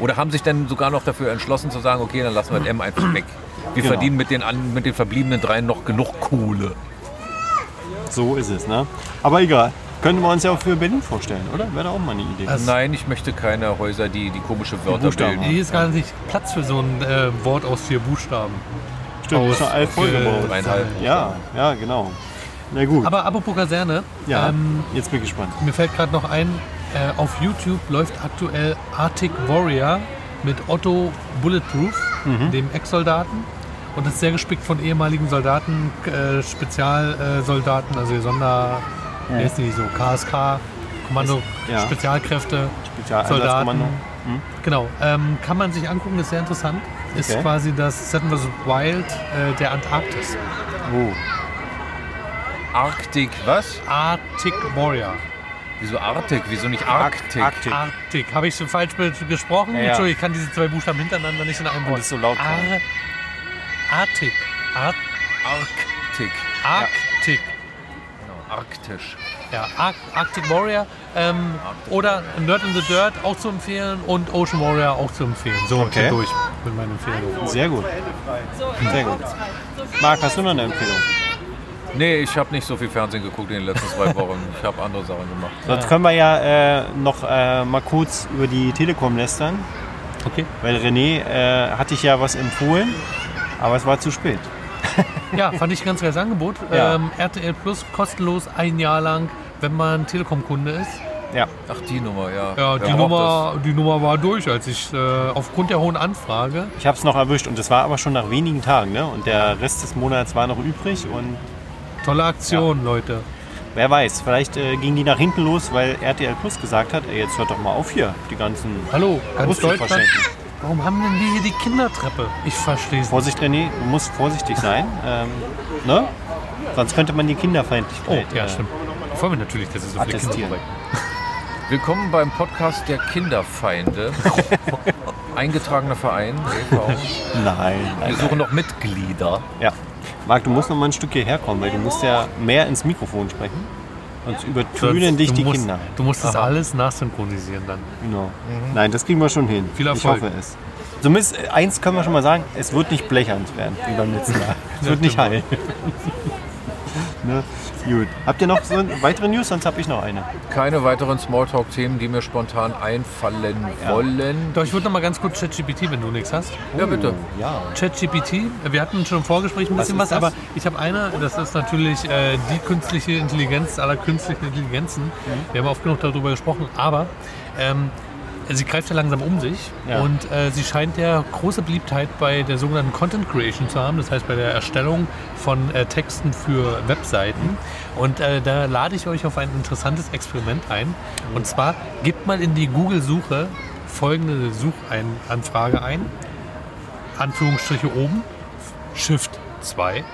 S2: Oder haben sich dann sogar noch dafür entschlossen zu sagen, okay, dann lassen wir das M einfach weg. Wir
S1: Genau.
S2: verdienen mit den, an- mit den verbliebenen dreien noch genug Kohle.
S1: So ist es, ne? Aber egal. Könnten wir uns ja auch für Berlin vorstellen, oder? Wäre doch auch mal eine Idee.
S3: Also-
S2: Nein, ich möchte keine Häuser, die, die komische Wörter
S1: Buchstaben.
S2: bilden.
S3: Hier ist gar nicht Platz für so ein äh, Wort aus vier Buchstaben.
S1: Stimmt, ist schon alt
S3: für-
S1: vollgebaut.
S2: Dreieinhalb.
S1: Ja, ja, genau. Na gut.
S3: Aber apropos Kaserne,
S1: ja,
S3: ähm,
S1: jetzt bin ich gespannt.
S3: mir fällt gerade noch ein, äh, auf YouTube läuft aktuell Arctic Warrior mit Otto Bulletproof,
S1: Mhm.
S3: dem Ex-Soldaten. Und das ist sehr gespickt von ehemaligen Soldaten, äh, Spezialsoldaten, also Sonder, ja. ist nicht so, KSK, Kommando,
S1: Ja.
S3: Spezialkräfte.
S1: Spezialeinsatzkommando.
S3: Soldaten. Genau, ähm, kann man sich angucken, ist sehr interessant. Ist
S1: Okay.
S3: quasi das Seven vs. Wild äh, der Antarktis.
S1: Oh.
S2: Arktik, was?
S3: Arctic Warrior.
S2: Wieso Arktik? Wieso nicht Arktik?
S1: Arktik.
S3: Arctic. Habe ich so falsch be- gesprochen?
S1: Ja, ja.
S3: Entschuldigung, ich kann diese zwei Buchstaben hintereinander nicht in einem Wort.
S1: es so laut war.
S3: Ar Arctic. Ar
S2: Arktik.
S3: Arctic.
S2: Genau, Arktisch.
S3: Ja, Ar Arctic Warrior. Ähm, oder Nerd in the Dirt auch zu empfehlen und Ocean Warrior auch zu empfehlen. So, ich bin
S1: Okay.
S3: durch mit meinen Empfehlungen.
S1: Sehr gut. Sehr gut. Marc, hast du noch eine Empfehlung?
S2: Nee, ich habe nicht so viel Fernsehen geguckt in den letzten zwei Wochen. Ich habe andere Sachen gemacht.
S1: Sonst können wir ja äh, noch äh, mal kurz über die Telekom lästern,
S3: Okay.
S1: weil René äh, hatte ich ja was empfohlen, aber es war zu spät.
S3: Ja, fand ich ein ganz geiles Angebot.
S1: Ja.
S3: Ähm, RTL Plus kostenlos ein Jahr lang, wenn man Telekom-Kunde ist.
S1: Ja,
S2: Ach, die Nummer, ja.
S3: Ja,
S2: Wer
S3: die,
S2: braucht
S3: Nummer, die Nummer war durch, als ich äh, aufgrund der hohen Anfrage.
S1: ich habe es noch erwischt und es war aber schon nach wenigen Tagen, ne? Und der Rest des Monats war noch übrig und
S3: Tolle Aktion, Leute.
S1: Wer weiß, vielleicht äh, ging die nach hinten los, weil RTL Plus gesagt hat, ey, jetzt hört doch mal auf hier, die ganzen
S3: Hallo, ganz
S1: Wurst zu
S3: Deutschland.
S1: verschenken.
S3: Warum haben denn wir hier die Kindertreppe? Ich verstehe es nicht.
S1: Vorsicht, René, du musst vorsichtig sein. ähm, ne? Sonst könnte man die
S3: Oh,
S1: Kinderfeindlichkeit
S3: ja,
S1: äh,
S3: stimmt. Ich freue mich natürlich, dass es so viele Kinder
S1: attestieren.
S3: gibt.
S2: das? Willkommen beim Podcast der Kinderfeinde. Eingetragener Verein. e.V..
S1: Nein, nein.
S2: Wir suchen noch Mitglieder.
S1: Ja. Marc, du musst noch mal ein Stück hierher kommen, weil du musst ja mehr ins Mikrofon sprechen. Sonst übertönen dich
S3: du
S1: die
S3: musst,
S1: Kinder.
S3: Du musst das
S2: Aha.
S3: alles nachsynchronisieren dann.
S1: Genau. Nein, das kriegen wir schon hin.
S3: Viel Erfolg.
S1: Ich hoffe es. Zumindest äh, eins können wir schon mal sagen, es wird nicht blechernd werden, wie beim letzten Mal. Es wird nicht heilen. ne? Gut. Habt ihr noch so ein- weitere News? Sonst habe ich noch eine.
S2: Keine weiteren Smalltalk-Themen, die mir spontan einfallen wollen.
S3: Doch, ich würde noch mal ganz kurz ChatGPT, wenn du nichts hast.
S2: Ja, bitte.
S1: Hm, Ja.
S3: ChatGPT, wir hatten schon im Vorgespräch ein bisschen
S1: ist
S3: was,
S1: das?
S3: aber ich habe eine, das ist natürlich äh, die künstliche Intelligenz aller künstlichen Intelligenzen.
S1: Mhm.
S3: Wir haben oft genug darüber gesprochen, aber ähm, sie greift ja langsam um sich
S1: Ja.
S3: und äh, sie scheint ja große Beliebtheit bei der sogenannten Content Creation zu haben, das heißt bei der Erstellung von äh, Texten für Webseiten. Und äh, da lade ich euch auf ein interessantes Experiment ein. Und zwar gebt mal in die Google-Suche folgende Suchanfrage ein. Anführungsstriche oben, Shift 2,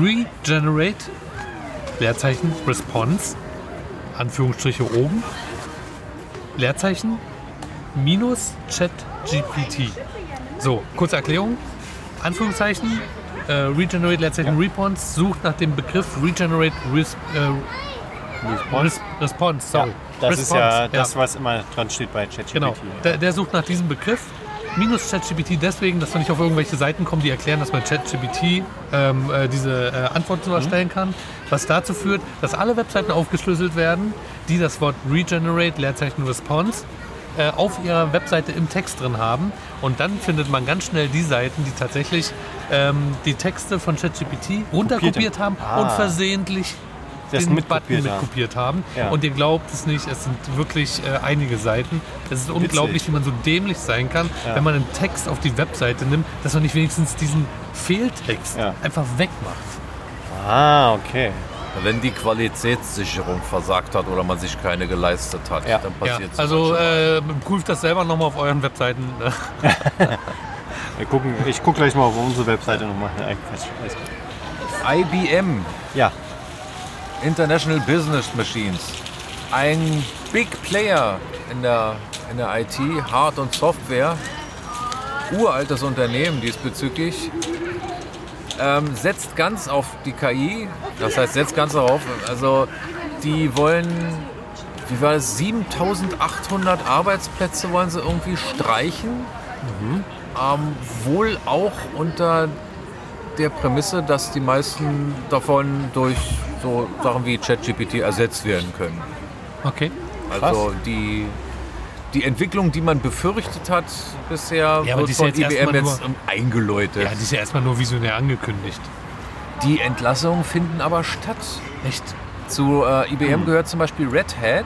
S3: Regenerate, Leerzeichen, Response, Anführungsstriche oben, Leerzeichen, minus ChatGPT. So, kurze Erklärung, Anführungszeichen, äh, Regenerate, Leerzeichen, Response, sucht nach dem Begriff Regenerate Res, äh, Res, Response,
S1: Ja,
S3: sorry.
S1: das ist
S3: Response,
S1: ja das, was immer dran steht bei ChatGPT.
S3: Genau, der, der sucht nach diesem Begriff. Minus ChatGPT deswegen, dass wir nicht auf irgendwelche Seiten kommen, die erklären, dass man ChatGPT ähm, äh, diese äh, Antworten
S1: Mhm.
S3: so erstellen kann. Was dazu führt, dass alle Webseiten aufgeschlüsselt werden, die das Wort Regenerate, Leerzeichen Response, äh, auf ihrer Webseite im Text drin haben. Und dann findet man ganz schnell die Seiten, die tatsächlich ähm, die Texte von ChatGPT runterkopiert haben und
S1: Ah.
S3: versehentlich
S1: Das
S3: den
S1: mitkopiert
S3: Button
S1: haben.
S3: mitkopiert haben.
S1: Ja.
S3: Und ihr glaubt es nicht, es sind wirklich äh, einige Seiten. Es ist unglaublich, wie man so dämlich sein kann,
S1: Ja.
S3: wenn man einen Text auf die Webseite nimmt, dass man nicht wenigstens diesen Fehltext
S1: Ja.
S3: einfach wegmacht.
S1: Ah, okay.
S2: Wenn die Qualitätssicherung versagt hat oder man sich keine geleistet hat,
S1: Ja.
S2: dann
S3: Ja,
S2: passiert es.
S3: also äh, prüft das selber nochmal auf euren Webseiten.
S1: Wir gucken, ich gucke gleich mal auf unsere Webseite nochmal. Nein, Quatsch. Alles gut.
S2: äh, IBM,
S1: Ja,
S2: International Business Machines. Ein Big Player in der, in der IT, Hard- und Software. uraltes Unternehmen diesbezüglich, ähm, setzt ganz auf die KI. Das heißt, setzt ganz darauf. Also die wollen, wie war das, 7800 Arbeitsplätze wollen sie irgendwie streichen. Ähm, wohl auch unter der Prämisse, dass die meisten davon durch so Sachen wie ChatGPT ersetzt werden können.
S3: Okay.
S2: Also die, die Entwicklung, die man befürchtet hat bisher,
S3: aber
S2: wird
S3: die ist
S2: von
S3: jetzt
S2: IBM
S3: erstmal
S2: jetzt
S3: nur-
S2: eingeläutet.
S3: Ja, die ist ja erstmal nur visionär angekündigt.
S2: die Entlassungen finden aber statt.
S3: Echt?
S2: Zu äh, IBM
S3: Hm.
S2: gehört zum Beispiel Red Hat,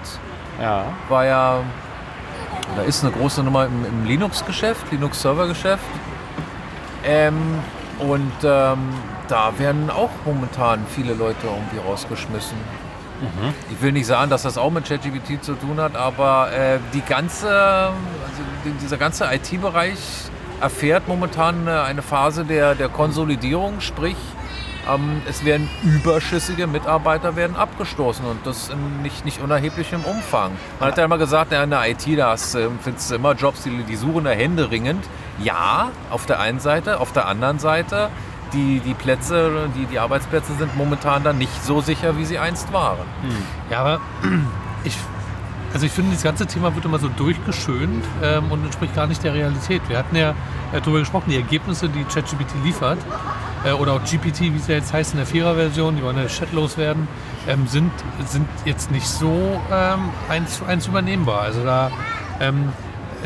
S1: Ja.
S2: war ja, da ist eine große Nummer im, im Linux-Geschäft, Linux-Server-Geschäft. Ähm, und ähm, da werden auch momentan viele Leute irgendwie rausgeschmissen. Ich will nicht sagen, dass das auch mit ChatGPT zu tun hat, aber äh, die ganze, also die- dieser ganze IT-Bereich erfährt momentan äh, eine Phase der, der Konsolidierung, sprich ähm, es werden überschüssige Mitarbeiter werden abgestoßen und das in nicht, nicht unerheblichem Umfang. Man hat ja immer gesagt, na, in der IT, da hast, du- findest du immer Jobs, die, die suchen da händeringend. Ja, auf der einen Seite, auf der anderen Seite, die, die Plätze, die, die Arbeitsplätze sind momentan dann nicht so sicher, wie sie einst waren.
S3: Ja, aber ich, also ich finde, das ganze Thema wird immer so durchgeschönt ähm, und entspricht gar nicht der Realität. Wir hatten ja äh, darüber gesprochen, die Ergebnisse, die ChatGPT liefert, äh, oder auch GPT, wie es ja jetzt heißt in der Vierer-Version, die wollen ja chatlos werden, ähm, sind, sind jetzt nicht so ähm, eins zu eins übernehmbar. Also da ähm,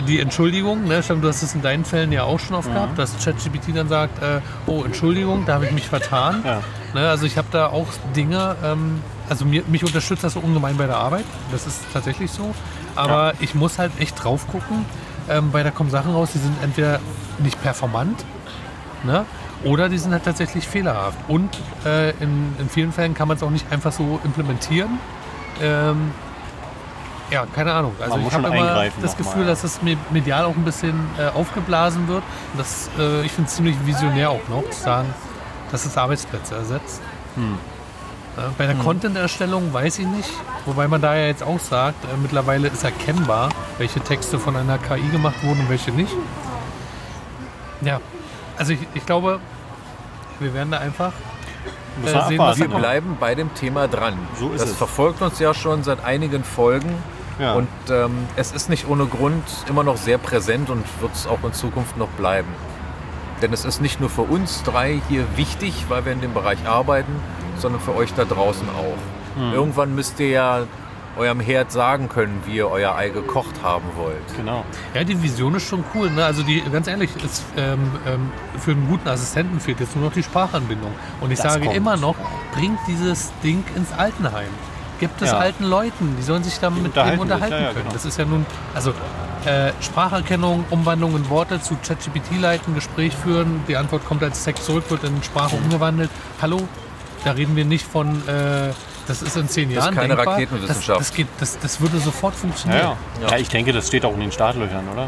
S3: die Entschuldigung, ne, Stefan, du hast es in deinen Fällen ja auch schon oft gehabt, dass ChatGPT dann sagt, äh, oh Entschuldigung, da habe ich mich vertan.
S1: Ja.
S3: Ne, also ich habe da auch Dinge, ähm, also mir, mich unterstützt das so ungemein bei der Arbeit, das ist tatsächlich so, aber ich muss halt echt drauf gucken, ähm, weil da kommen Sachen raus, die sind entweder nicht performant ne, oder die sind halt tatsächlich fehlerhaft. Und äh, in, in vielen Fällen kann man es auch nicht einfach so implementieren. Ähm, ja, keine Ahnung. Also
S1: Man muss
S3: ich habe
S1: schon
S3: immer
S1: eingreifen
S3: das
S1: noch mal,
S3: Gefühl,
S1: ja.
S3: dass es me- medial auch ein bisschen äh, aufgeblasen wird. Und das, äh, ich finde es ziemlich visionär auch noch, zu sagen, dass es Arbeitsplätze ersetzt.
S1: Hm.
S3: Ja, Bei der Content-Erstellung weiß ich nicht, wobei man da ja jetzt auch sagt, äh, mittlerweile ist erkennbar, welche Texte von einer KI gemacht wurden und welche nicht. Ja, also ich, ich glaube, wir werden da einfach
S1: Muss
S3: Äh,
S1: man
S3: sehen, was
S1: abwarten.
S2: Wir bleiben bei dem Thema dran.
S1: So ist
S2: das
S1: es.
S2: verfolgt uns ja schon seit einigen Folgen.
S1: Ja.
S2: Und ähm, es ist nicht ohne Grund immer noch sehr präsent und wird es auch in Zukunft noch bleiben. Denn es ist nicht nur für uns drei hier wichtig, weil wir in dem Bereich arbeiten, sondern für euch da draußen auch.
S1: Hm.
S2: Irgendwann müsst ihr ja eurem Herd sagen können, wie ihr euer Ei gekocht haben wollt.
S1: Genau.
S3: Ja, die Vision ist schon cool. Ne? Also die, ganz ehrlich, ist, ähm, ähm, für einen guten Assistenten fehlt jetzt nur noch die Sprachanbindung. Und ich
S1: Das
S3: sage
S1: kommt.
S3: immer noch, bringt dieses Ding ins Altenheim. Gibt es
S1: Ja.
S3: alten Leuten, die sollen sich damit
S1: unterhalten sich,
S3: dem unterhalten
S1: ja, ja,
S3: können.
S1: genau.
S3: Das ist ja nun, also äh, Spracherkennung, Umwandlung in Worte zu ChatGPT leiten, Gespräch führen, die Antwort kommt als Text zurück, wird in Sprache
S1: Mhm.
S3: umgewandelt. Hallo, da reden wir nicht von, äh, das ist in zehn
S2: Das ist
S3: Jahren
S2: keine
S3: denkbar.
S2: Raketenwissenschaft.
S3: Das, das, geht, das, das würde sofort
S1: Ja,
S3: funktionieren.
S1: ja. ja, ich denke, das steht auch in den Startlöchern, oder?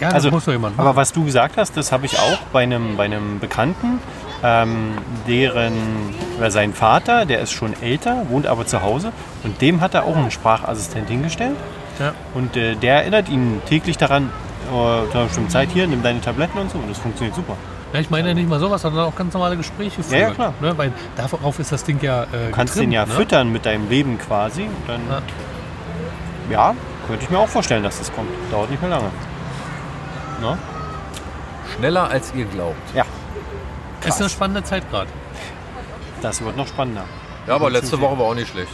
S3: Ja, das muss doch jemand ne? machen.
S1: Also, Aber was du gesagt hast, das habe ich auch bei einem, bei einem Bekannten, ähm, deren, oder sein Vater, der ist schon älter, wohnt aber zu Hause und dem hat er auch einen Sprachassistent hingestellt
S3: Ja.
S1: und äh, der erinnert ihn täglich daran, äh, zu einer bestimmten Zeit hier, nimm deine Tabletten und so und das funktioniert super.
S3: Ja, ich meine ja nicht mal sowas, sondern auch ganz normale Gespräche führen.
S1: ja, klar.
S3: Ne? Weil darauf ist das Ding ja äh,
S1: Du kannst den ja füttern mit deinem Leben quasi und dann,
S3: Ja.
S1: ja. könnte ich mir auch vorstellen, dass das kommt. Dauert nicht mehr lange. Ne?
S2: Schneller als ihr glaubt.
S1: Ja,
S3: Ist eine spannende Zeit gerade.
S1: das wird noch spannender.
S2: Ja, aber letzte Woche war auch nicht schlecht.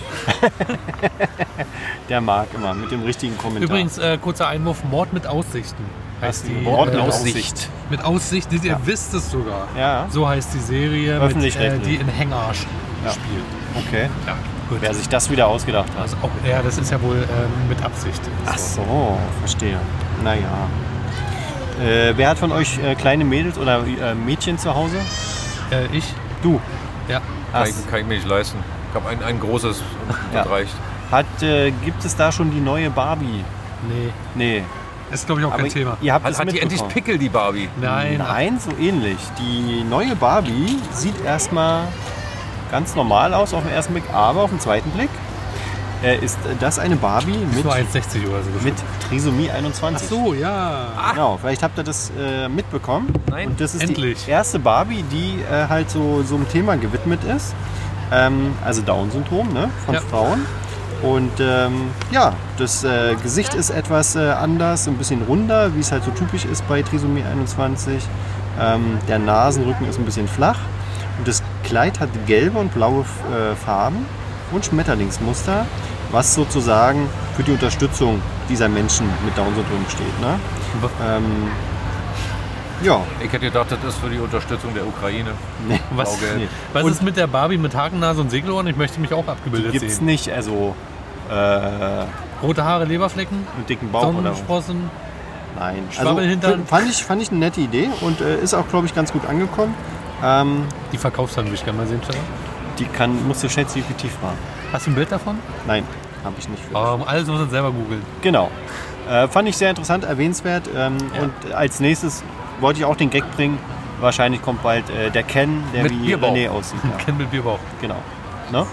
S1: Der mag immer mit dem richtigen Kommentar.
S3: Übrigens, äh, kurzer Einwurf, Mord mit Aussichten. Heißt die,
S1: Mord mit
S3: äh,
S1: Aussicht.
S3: Mit Aussicht, ihr wisst es sogar.
S1: Ja.
S3: So heißt die Serie, mit, äh,
S1: Öffentlich-rechtlich.
S3: die in Hengarsch
S1: Ja.
S3: spielt.
S1: Okay.
S3: Ja, gut.
S1: Wer sich das wieder ausgedacht hat.
S3: also auch, ja, das ist ja wohl ähm, mit Absicht.
S1: Ach so, Oh, verstehe. Naja. Äh, wer hat von euch äh, kleine Mädels oder äh, Mädchen zu Hause?
S3: Äh, ich?
S1: Du.
S3: Ja.
S2: Kann
S1: Ach,
S2: ich, kann ich mir nicht leisten. Ich habe ein, ein großes und
S1: Ja.
S2: das reicht.
S1: hat, äh, gibt es da schon die neue Barbie?
S3: Nee.
S1: Nee.
S3: Ist, glaube ich, auch
S1: Aber
S3: kein Thema.
S1: ihr habt
S2: Hat,
S1: es
S2: hat die endlich
S1: mitbekommen.
S2: Pickel, die Barbie?
S3: Nein.
S1: Nein, so ähnlich. Die neue Barbie sieht erstmal ganz normal aus auf den ersten Blick, aber auf den zweiten Blick Äh, ist das eine Barbie mit,
S3: Nur 1,60 oder so.
S1: mit
S3: gefühlt.
S1: Trisomie
S3: Ach
S1: 21?
S3: so, ja.
S1: Genau, vielleicht habt ihr das äh, mitbekommen.
S2: Nein,
S1: Und das ist
S3: endlich.
S1: die erste Barbie, die äh, halt so, so einem Thema gewidmet ist. Ähm, also Down-Syndrom ne? von
S3: Ja.
S1: Frauen. Und ähm, ja, das äh, Gesicht ist etwas äh, anders, ein bisschen runder, wie es halt so typisch ist bei Trisomie 21. Ähm, der Nasenrücken ist ein bisschen flach. Und das Kleid hat gelbe und blaue äh, Farben und Schmetterlingsmuster, was sozusagen für die Unterstützung dieser Menschen mit Down-Syndrom steht. Ne? Ähm, ja,
S2: Äh, Ich hätte gedacht, das ist für die Unterstützung der Ukraine.
S1: nee,
S3: Was,
S2: Auge.
S3: was
S1: Und-
S3: ist mit der Barbie mit Hakennase und Segelohren? Ich möchte mich auch abgebildet
S1: gibt's
S3: sehen.
S1: nicht. Also äh, einen
S3: Rote Haare, Leberflecken,
S1: dicken Bauch oder was?
S3: Sonnensprossen.
S1: Nein.
S3: Schwabbelhintern.
S1: f- fand ich, fand ich eine nette Idee und äh, ist auch, glaube ich, ganz gut angekommen. Ähm,
S3: Die verkaufst du dann, würde ich gerne mal sehen, Stefan.
S1: die kann, musste ChatGPT fragen.
S3: Hast du ein Bild davon?
S1: Nein, habe ich nicht. Für.
S2: Ah.
S3: Ähm, alles muss man selber googeln.
S1: Genau. Äh, fand ich sehr interessant, erwähnenswert. Ähm, Und als nächstes wollte ich auch den Gag bringen. Wahrscheinlich kommt bald äh, der Ken, der
S2: Mit
S1: wie
S2: Bierbauch.
S1: René aussieht. Ja,
S3: Ken mit Bierbauch.
S1: genau. Ne?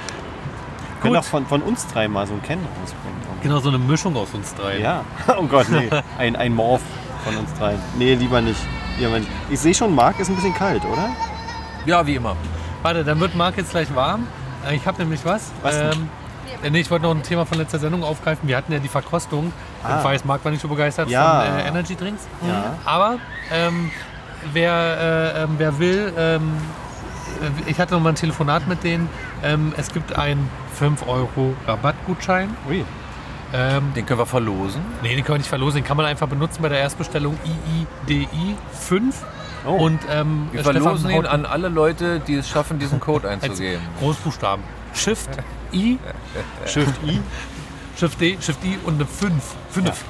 S1: Wir können auch von, von uns drei mal so einen Ken rausbringen.
S3: Genau, so eine Mischung aus uns drei.
S1: Ja. Oh Gott, nee. Ein, ein Morph von uns dreien. Nee, lieber nicht. Lieber nicht. Ich sehe schon, Marc ist ein bisschen kalt, oder?
S2: Ja, wie immer.
S3: Warte, dann wird Marc jetzt gleich warm. Äh, Ich habe nämlich was.
S1: Was denn?
S3: äh, nee, ich wollte noch ein Thema von letzter Sendung aufgreifen. Wir hatten ja die Verkostung.
S1: Ah.
S3: Ich weiß, Marc war nicht so begeistert
S1: Ja.
S3: von äh, Energy Drinks.
S1: Ja.
S3: Aber ähm, wer, äh, ähm, wer will, ähm, äh, ich hatte noch mal ein Telefonat mit denen. Ähm, es gibt einen 5 Euro Rabattgutschein.
S1: Ui.
S3: Ähm,
S2: Den können wir verlosen.
S3: nee, den können wir nicht verlosen. Den kann man einfach benutzen bei der Erstbestellung IIDI 5.
S1: Oh.
S3: Und ähm,
S2: Wir
S3: Stefan
S2: verlosen ihn
S3: haut-
S2: an alle Leute, die es schaffen, diesen Code
S3: als
S2: einzugeben.
S3: Großbuchstaben. Shift I,
S1: Shift I.
S3: Shift D, Shift I und eine 5. 5.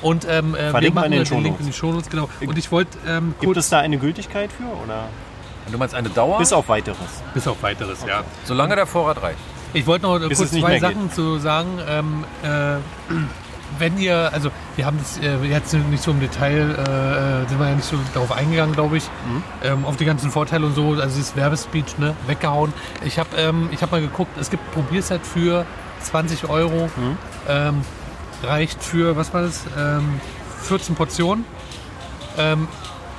S3: Und ähm, äh, wir
S1: Verlinkt man
S3: machen
S1: in den
S3: den, den Link
S1: Shownotes. Äh,
S3: in die Shownotes, genau. Und ich wollte ähm,
S1: Gibt
S3: kurz
S1: es da eine Gültigkeit für? Oder?
S2: Du meinst eine Dauer?
S1: Bis auf weiteres.
S3: bis auf weiteres, ja.
S2: Solange der Vorrat reicht.
S3: Ich wollte noch
S1: Bis
S3: kurz
S1: es nicht
S3: zwei
S1: mehr
S3: Sachen zu sagen. Ähm, äh, wenn ihr, also wir haben das äh, jetzt nicht so im Detail, äh, sind wir ja nicht so darauf eingegangen, glaube ich,
S1: Mhm.
S3: ähm, auf die ganzen Vorteile und so, also dieses Werbespeech, ne, weggehauen. Ich habe ähm, ich hab mal geguckt, es gibt ein Probierset für 20 Euro,
S1: Mhm.
S3: ähm, reicht für, was war das, ähm, 14 Portionen. Ähm,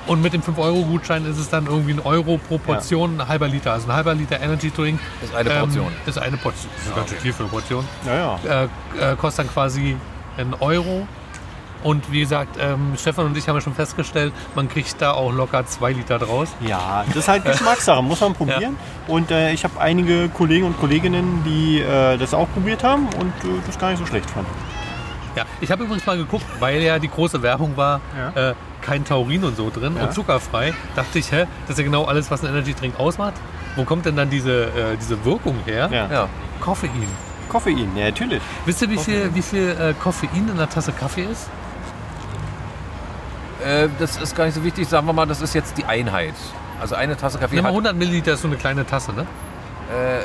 S3: und mit dem 5-Euro-Gutschein ist es dann irgendwie ein Euro pro Portion, ein halber Liter. Also ein halber Liter Energy Drink
S2: Ist eine Portion.
S3: ist eine Portion. Ähm, Das ist ganz schön viel für eine Portion.
S1: Naja.
S3: Äh, äh, kostet dann quasi einen Euro. Und wie gesagt, ähm, Stefan und ich haben ja schon festgestellt, man kriegt da auch locker zwei Liter draus.
S1: Ja, das ist halt Geschmackssache, muss man probieren. Und äh, ich habe einige Kollegen und Kolleginnen, die äh, das auch probiert haben und äh, das gar nicht so schlecht fanden.
S3: Ja, ich habe übrigens mal geguckt, weil ja die große Werbung war,
S1: Ja.
S3: äh, kein Taurin und so drin
S1: Ja.
S3: und zuckerfrei. Dachte ich, hä, das ist ja genau alles, was ein Energy Drink ausmacht. Wo kommt denn dann diese, äh, diese Wirkung her?
S1: Ja.
S2: Ja.
S3: Koffein.
S1: Koffein, ja, natürlich.
S3: Wisst ihr, wie viel, wie viel äh, Koffein in einer Tasse Kaffee ist?
S2: Äh, das ist gar nicht so wichtig. Sagen wir mal, das ist jetzt die Einheit. Also eine Tasse Kaffee
S3: Nimm mal
S2: hat
S3: 100 Milliliter ist so eine kleine Tasse, ne?
S2: äh,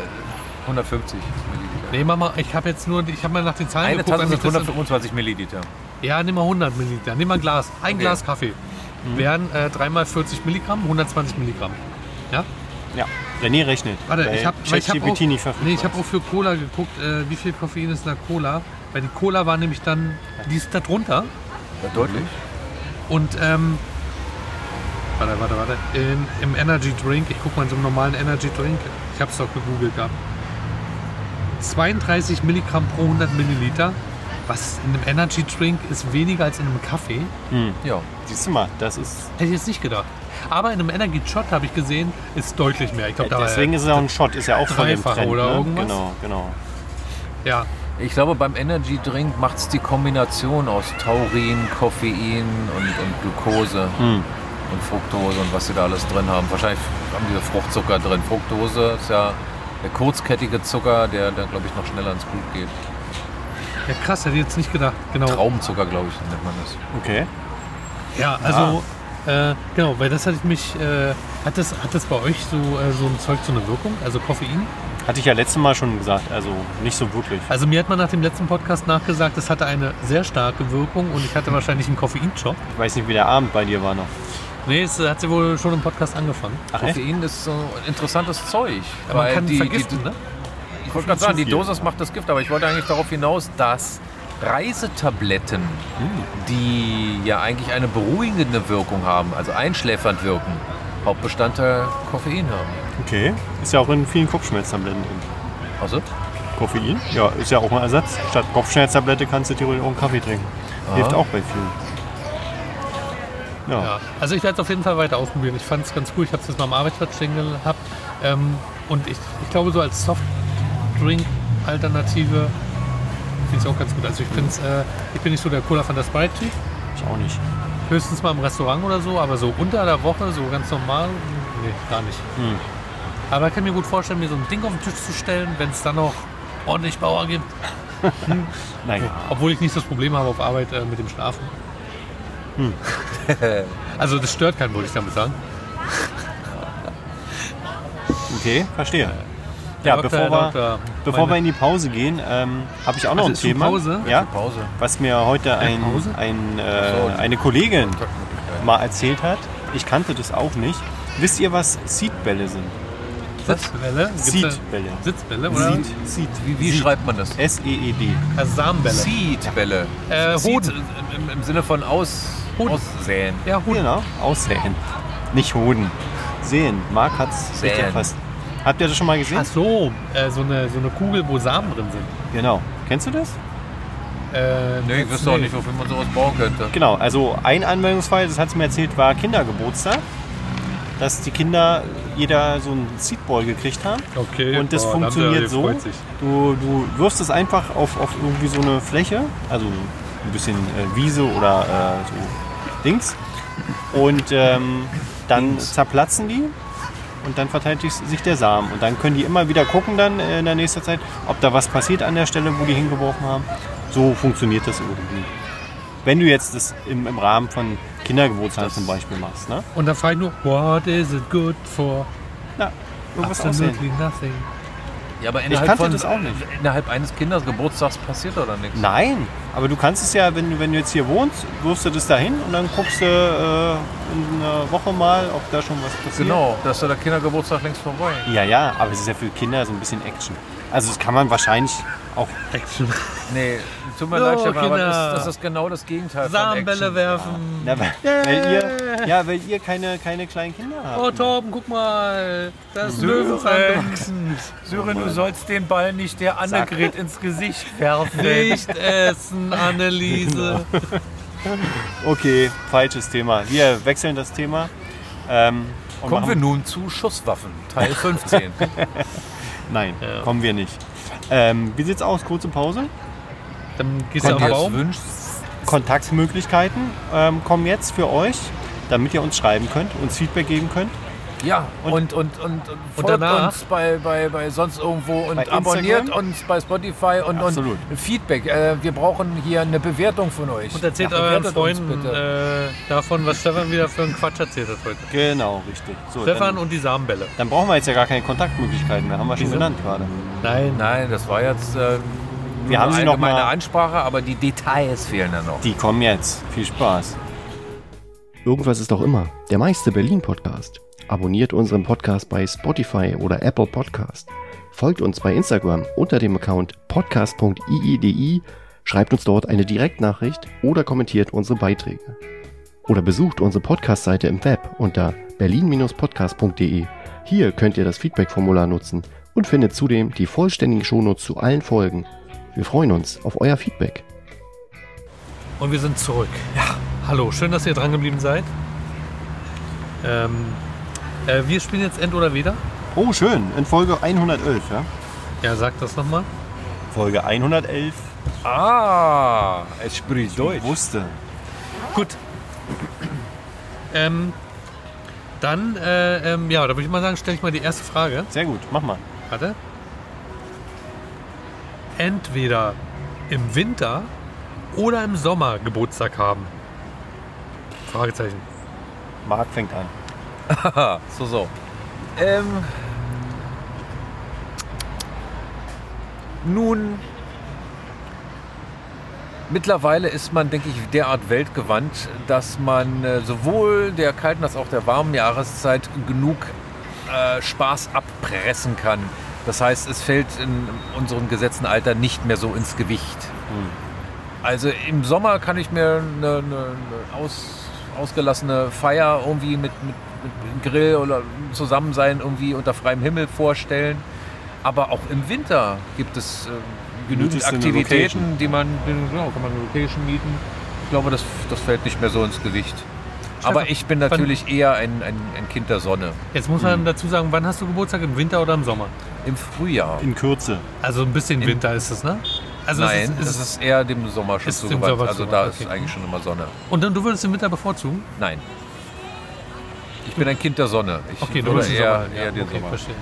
S2: 150 Milliliter.
S3: Nee, mach mal, ich habe jetzt nur, ich habe mal nach den Zahlen
S2: Eine
S3: geguckt.
S2: Tasse sind
S3: also das sind-
S2: 125 Milliliter.
S3: Ja, nimm mal 100 Milliliter. Nimm mal ein Glas.
S2: Okay.
S3: Ein
S2: Mhm.
S3: Glas Kaffee. Wären äh, 3 mal 40 Milligramm, 120 Milligramm. Ja?
S1: Ja. René rechnet.
S3: Warte,
S1: weil
S3: ich habe ich hab auch,
S1: ChatGPT nicht verfügbar
S3: nee, ich hab
S1: ist.
S3: auch für Cola geguckt, äh, wie viel Koffein ist in der Cola. Weil die Cola war nämlich dann, die ist da drunter.
S2: Ja, deutlich.
S3: Und, ähm, warte, warte, warte. In, Im Energy Drink, ich guck mal in so einem normalen Energy Drink, ich hab's doch gegoogelt gehabt. 32 Milligramm pro 100 Milliliter. Was in einem Energy Drink ist weniger als in einem Kaffee.
S2: Ja.
S1: Siehst du mal, das ist.
S3: Hätte ich jetzt nicht gedacht. Aber in einem Energy Shot habe ich gesehen, ist deutlich mehr. Ich glaube, da war
S1: Äh, Deswegen ist es auch ein Shot, ist ja auch von dem
S3: Dreifache
S1: Trend.
S3: oder
S1: ne?
S3: irgendwas?
S1: Genau, genau.
S3: ja.
S2: Ich glaube, beim Energy Drink macht es die Kombination aus Taurin, Koffein und, und Glucose
S3: Hm.
S2: und Fructose und was sie da alles drin haben. Wahrscheinlich haben diese Fruchtzucker drin. Fructose ist ja der kurzkettige Zucker, der dann, glaube ich, noch schneller ins Blut geht.
S3: ja, krass, hätte ich jetzt nicht gedacht. Genau.
S2: Traubenzucker, glaube ich, nennt man das.
S1: Okay.
S3: Ja, also, äh, genau, weil das hatte ich mich. Äh, hat, das, hat das bei euch so, äh, so ein Zeug so eine Wirkung? Also Koffein?
S1: Hatte ich ja letztes Mal schon gesagt, also nicht so wirklich.
S3: Also, mir hat man nach dem letzten Podcast nachgesagt, es hatte eine sehr starke Wirkung und ich hatte wahrscheinlich einen Koffeinschock.
S1: Ich weiß nicht, wie der Abend bei dir war noch.
S3: Nee, es hat sie wohl schon im Podcast angefangen.
S1: Ach, echt?
S2: Koffein ist so ein interessantes Zeug.
S3: Ja, man kann
S2: die, die,
S3: vergiften, ne?
S2: Ich wollte gerade sagen, die Dosis macht das Gift, aber ich wollte eigentlich darauf hinaus, dass Reisetabletten,
S1: Hm.
S2: die ja eigentlich eine beruhigende Wirkung haben, also einschläfernd wirken, Hauptbestandteil Koffein haben.
S1: Okay. Ist ja auch in vielen Kopfschmerztabletten drin.
S2: Also?
S1: Koffein? Ja, ist ja auch ein Ersatz. Statt Kopfschmerztablette kannst du theoretisch auch einen Kaffee trinken. Hilft auch bei vielen. Ja.
S3: Ja. Also ich werde es auf jeden Fall weiter ausprobieren. Ich fand es ganz cool. Ich habe es jetzt mal am Arbeitsplatz stehen gehabt. Ähm, und ich, ich glaube, so als Softdrink-Alternative finde ich es auch ganz gut. Also ich, find's, äh, ich bin nicht so der Cola Fanta Sprite-Typ.
S1: Ich auch nicht.
S3: Höchstens mal im Restaurant oder so, aber so unter der Woche, so ganz normal, nee, gar nicht.
S1: Hm.
S3: Aber ich kann mir gut vorstellen, mir so ein Ding auf den Tisch zu stellen, wenn es dann noch ordentlich Bauer gibt.
S1: Nein.
S3: Obwohl ich nicht das Problem habe auf Arbeit äh, mit dem Schlafen.
S1: Hm.
S3: also das stört keinen, würde ich damit sagen.
S1: Okay, verstehe. Ja,
S3: Doktor,
S1: bevor,
S3: Herr Doktor,
S1: wir, bevor wir
S3: meine-
S1: in die Pause gehen, ähm, habe ich auch noch
S3: Also
S1: ein
S3: ist schon
S1: Thema.
S3: Pause?
S1: Ja,
S2: Pause.
S1: was mir heute ein,
S3: Pause?
S1: ein,
S2: so.
S1: äh, eine Kollegin
S2: Kontaktmöglichkeit.
S1: mal erzählt hat. Ich kannte das auch nicht. Wisst ihr, was Seatbälle sind?
S2: Was?
S3: Sitzbälle? Gibt's da-
S1: Seedbälle.
S3: Sitzbälle oder?
S1: Seed. Seed. E
S2: Wie, wie
S1: Seed.
S2: schreibt man das?
S1: S-E-E-D.
S3: Also Samenbälle.
S2: Seedbälle.
S3: Äh,
S2: Seed
S3: Hoden.
S2: Im, im Sinne von aus,
S3: Hoden.
S2: aussäen.
S3: Ja, Hut.
S1: Genau, aussäen. Nicht hoden. Sehen. Marc hat es
S2: Säen.
S1: erfasst. Habt ihr das schon mal gesehen?
S3: Ach so, äh, so, eine, so eine Kugel, wo Samen drin sind.
S1: Genau. Kennst du das?
S3: Äh,
S2: Nee, ich wüsste auch nicht, wofür man sowas bauen könnte.
S1: Genau, also ein Anwendungsfall, das hat sie mir erzählt, war Kindergeburtstag. Dass die Kinder jeder so einen Seedball gekriegt haben.
S3: Okay.
S1: Und das
S3: boah,
S1: funktioniert
S3: Dante
S1: so,
S3: freut sich.
S1: du, du wirfst es einfach auf, auf irgendwie so eine Fläche, also ein bisschen äh, Wiese oder äh, so Dings. Und ähm, dann zerplatzen die und dann verteilt sich- sich der Samen. Und dann können die immer wieder gucken dann äh, in der nächsten Zeit, ob da was passiert an der Stelle, wo die hingeworfen haben. So funktioniert das irgendwie. Wenn du jetzt das im, im Rahmen von Kindergeburtstagen zum Beispiel machst, ne?
S3: Und dann frage ich nur, what is it good for?
S1: Na, irgendwas aussehen.
S3: Absolutely nothing.
S2: Ja, aber
S1: Ich
S2: innerhalb,
S1: kannte
S2: von,
S1: das auch nicht.
S2: innerhalb eines Kindergeburtstags passiert oder nichts?
S1: Nein, aber du kannst es ja, wenn, du- wenn du jetzt hier wohnst, wirfst du das dahin und dann guckst du äh, in einer Woche mal, ob da schon was passiert.
S2: Genau, da ist ja der Kindergeburtstag längst vorbei.
S1: Ja, ja, aber es ist ja für Kinder so ein bisschen Action. Also das kann man wahrscheinlich auch.
S3: Action.
S2: Nee, tut mir
S3: So,
S2: leid, Stefan, aber
S3: Kinder.
S2: das, das ist genau das Gegenteil
S3: Samenbälle
S2: von Action.
S3: werfen.
S1: Na, ne, weil, weil ihr, ja, weil ihr keine, keine kleinen Kinder habt.
S3: Oh, Torben, guck mal. Das Löwenzahn.
S2: äh, Sören, du sollst den Ball nicht der Annegret ins Gesicht werfen.
S3: Nicht essen, Anneliese.
S2: Genau.
S1: Okay, falsches Thema. Wir wechseln das Thema. Ähm, und
S2: Kommen wir
S1: machen-
S2: nun zu Schusswaffen, Teil 15.
S1: Nein,
S3: Ja.
S1: kommen wir nicht. Ähm, wie sieht's aus? Kurze Pause.
S3: Dann gehst
S2: Wenn
S3: du
S2: du
S3: am
S2: es
S3: Baum.
S2: wünschst,
S1: Kontaktmöglichkeiten ähm, kommen jetzt für euch, damit ihr uns schreiben könnt, uns Feedback geben könnt.
S2: Ja, und, und, und, und, folgt
S3: danach?
S2: uns bei, bei, bei sonst irgendwo und
S1: Bei
S2: abonniert
S1: Instagram?
S2: uns bei Spotify und,
S1: Absolut.
S2: und Feedback. Äh, wir brauchen hier eine Bewertung von euch.
S3: Und erzählt
S2: Ja,
S3: euren
S2: bewertet uns
S3: Freunden
S2: bitte.
S3: äh, davon, was Stefan wieder für einen Quatsch erzählt hat heute.
S1: Genau, richtig. So,
S3: Stefan
S1: dann,
S3: und die Samenbälle.
S1: dann brauchen wir jetzt ja gar keine Kontaktmöglichkeiten mehr, haben wir schon
S3: Wieso?
S1: genannt gerade.
S3: Nein.
S2: Nein, das war jetzt äh,
S1: Wir haben sie noch
S2: allgemeine
S1: mal.
S2: Ansprache, aber die Details fehlen dann noch.
S1: Die kommen jetzt. Viel Spaß.
S4: Irgendwas ist auch immer. Der meiste Berlin-Podcast. Abonniert unseren Podcast bei Spotify oder Apple Podcast. Folgt uns bei Instagram unter dem Account podcast.iidi. Schreibt uns dort eine Direktnachricht oder kommentiert unsere Beiträge. Oder besucht unsere Podcast-Seite im Web unter berlin-podcast.de. Hier könnt ihr das Feedback-Formular nutzen und findet zudem die vollständigen Shownotes zu allen Folgen. Wir freuen uns auf euer Feedback.
S3: Und wir sind zurück. Ja. Hallo, schön, dass ihr dran geblieben seid. Ähm, äh, wir spielen jetzt End oder Weder.
S1: Oh, schön. In Folge 111, ja?
S3: Ja, sag das nochmal.
S1: Folge 111.
S2: Ah, es spricht
S1: Ich wusste.
S3: Gut. Ähm, dann, äh, ähm, ja, da würde ich mal sagen, stelle ich mal die erste Frage.
S1: Sehr gut, mach mal.
S3: Warte. Entweder im Winter oder im Sommer Geburtstag haben. Fragezeichen.
S1: Marc fängt an.
S2: Haha, so, so. Ähm, nun, mittlerweile ist man, denke ich, derart weltgewandt, dass man äh, sowohl der kalten als auch der warmen Jahreszeit genug äh, Spaß abpressen kann. Das heißt, es fällt in unserem gesetzten Alter nicht mehr so ins Gewicht.
S1: Hm.
S2: Also im Sommer kann ich mir eine, eine, eine aus, ausgelassene Feier irgendwie mit, mit, mit Grill oder zusammen sein irgendwie unter freiem Himmel vorstellen. Aber auch im Winter gibt es äh, genügend
S1: Mietest du eine
S2: Aktivitäten,
S1: Location?
S2: die man, genau, kann man eine Location mieten. Ich glaube, das, das fällt nicht mehr so ins Gewicht. Aber ich bin natürlich eher ein, ein, ein Kind der Sonne.
S3: Jetzt muss man dazu sagen, wann hast du Geburtstag? Im Winter oder im Sommer?
S2: Im Frühjahr.
S1: In Kürze.
S3: Also ein bisschen Winter ist es, ne? Also es
S2: Nein,
S3: ist-
S2: es
S3: es
S2: ist,
S3: ist,
S2: eher dem Sommer schon
S3: ist dem
S2: zugewandt.
S3: Sommer
S2: Also da
S3: zugewandt,
S2: ist
S3: okay.
S2: eigentlich schon immer Sonne.
S3: und dann du würdest den Winter bevorzugen?
S2: Nein. Ich bin ein Kind der Sonne. Ich
S3: Okay, du
S2: würde
S3: bist
S2: eher,
S3: Sommer.
S2: eher den
S3: okay,
S2: Sommer.
S3: verstehe.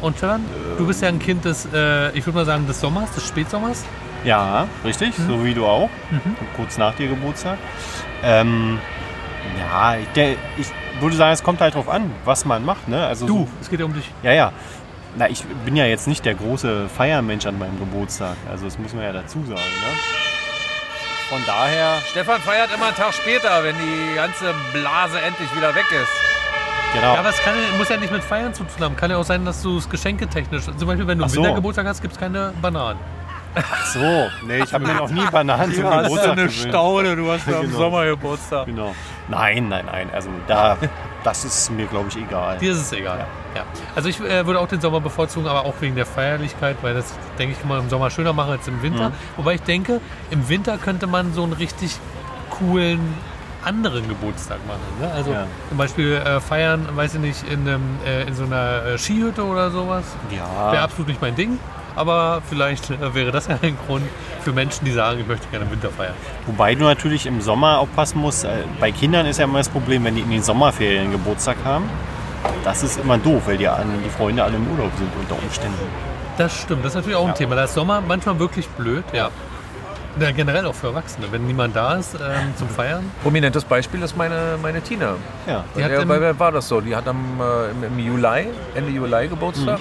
S3: Und Stefan, du bist ja ein Kind des, äh, ich würde mal sagen, des Sommers, des Spätsommers.
S1: Ja, richtig,
S3: Mhm.
S1: so wie du auch. Kurz nach dir Geburtstag. Ähm, ja, ich, der, ich würde sagen, es kommt halt drauf an, was man macht. Ne? Also so-
S3: Du, es geht ja um dich.
S1: Ja, ja. Na, ich bin ja jetzt nicht der große Feiermensch an meinem Geburtstag. Also das muss man ja dazu sagen. Ne? Von daher,
S2: Stefan feiert immer einen Tag später, wenn die ganze Blase endlich wieder weg ist.
S1: genau.
S3: Ja, aber es kann, ja- muss ja nicht mit Feiern zu tun haben. Kann ja auch sein, dass du es geschenketechnisch, zum Beispiel, wenn du
S1: Ach
S3: einen
S1: so.
S3: Wintergeburtstag hast, gibt es keine Bananen.
S1: so, nee, ich habe mir noch nie Bananen zum Geburtstag gewünscht.
S3: du hast ja
S1: Genau.
S3: Sommergeburtstag.
S1: Genau. Nein, nein, nein. Also da, das ist mir, glaube ich, egal.
S3: Dir ist es egal. Ja. Also ich äh, würde auch den Sommer bevorzugen, aber auch wegen der Feierlichkeit, weil das, denke ich, kann man im Sommer schöner machen als im Winter. Wobei ich denke, im Winter könnte man so einen richtig coolen anderen Geburtstag machen. Ne? Also
S1: Ja.
S3: zum Beispiel äh, feiern, weiß ich nicht, in, einem, äh, in so einer äh, Skihütte oder sowas. Wäre
S1: Ja,
S3: absolut nicht mein Ding. Aber vielleicht äh, wäre das ja ein Grund für Menschen, die sagen, ich möchte gerne im Winter feiern.
S1: wobei du natürlich im Sommer aufpassen musst. Äh, Bei Kindern ist ja immer das Problem, wenn die in den Sommerferien Geburtstag haben. Das ist immer doof, weil die, an- die Freunde alle im Urlaub sind unter Umständen.
S3: Das stimmt, das ist natürlich auch ein Thema. Da ist Sommer manchmal wirklich blöd, ja. ja. Generell auch für Erwachsene. Wenn niemand da ist ähm, zum Feiern,
S2: Prominentes Beispiel ist meine, meine Tina.
S1: Ja.
S2: Bei
S3: hat
S2: der,
S3: im-
S2: bei wer war das so? Die hat am, äh, im, im Juli, Ende Juli Geburtstag.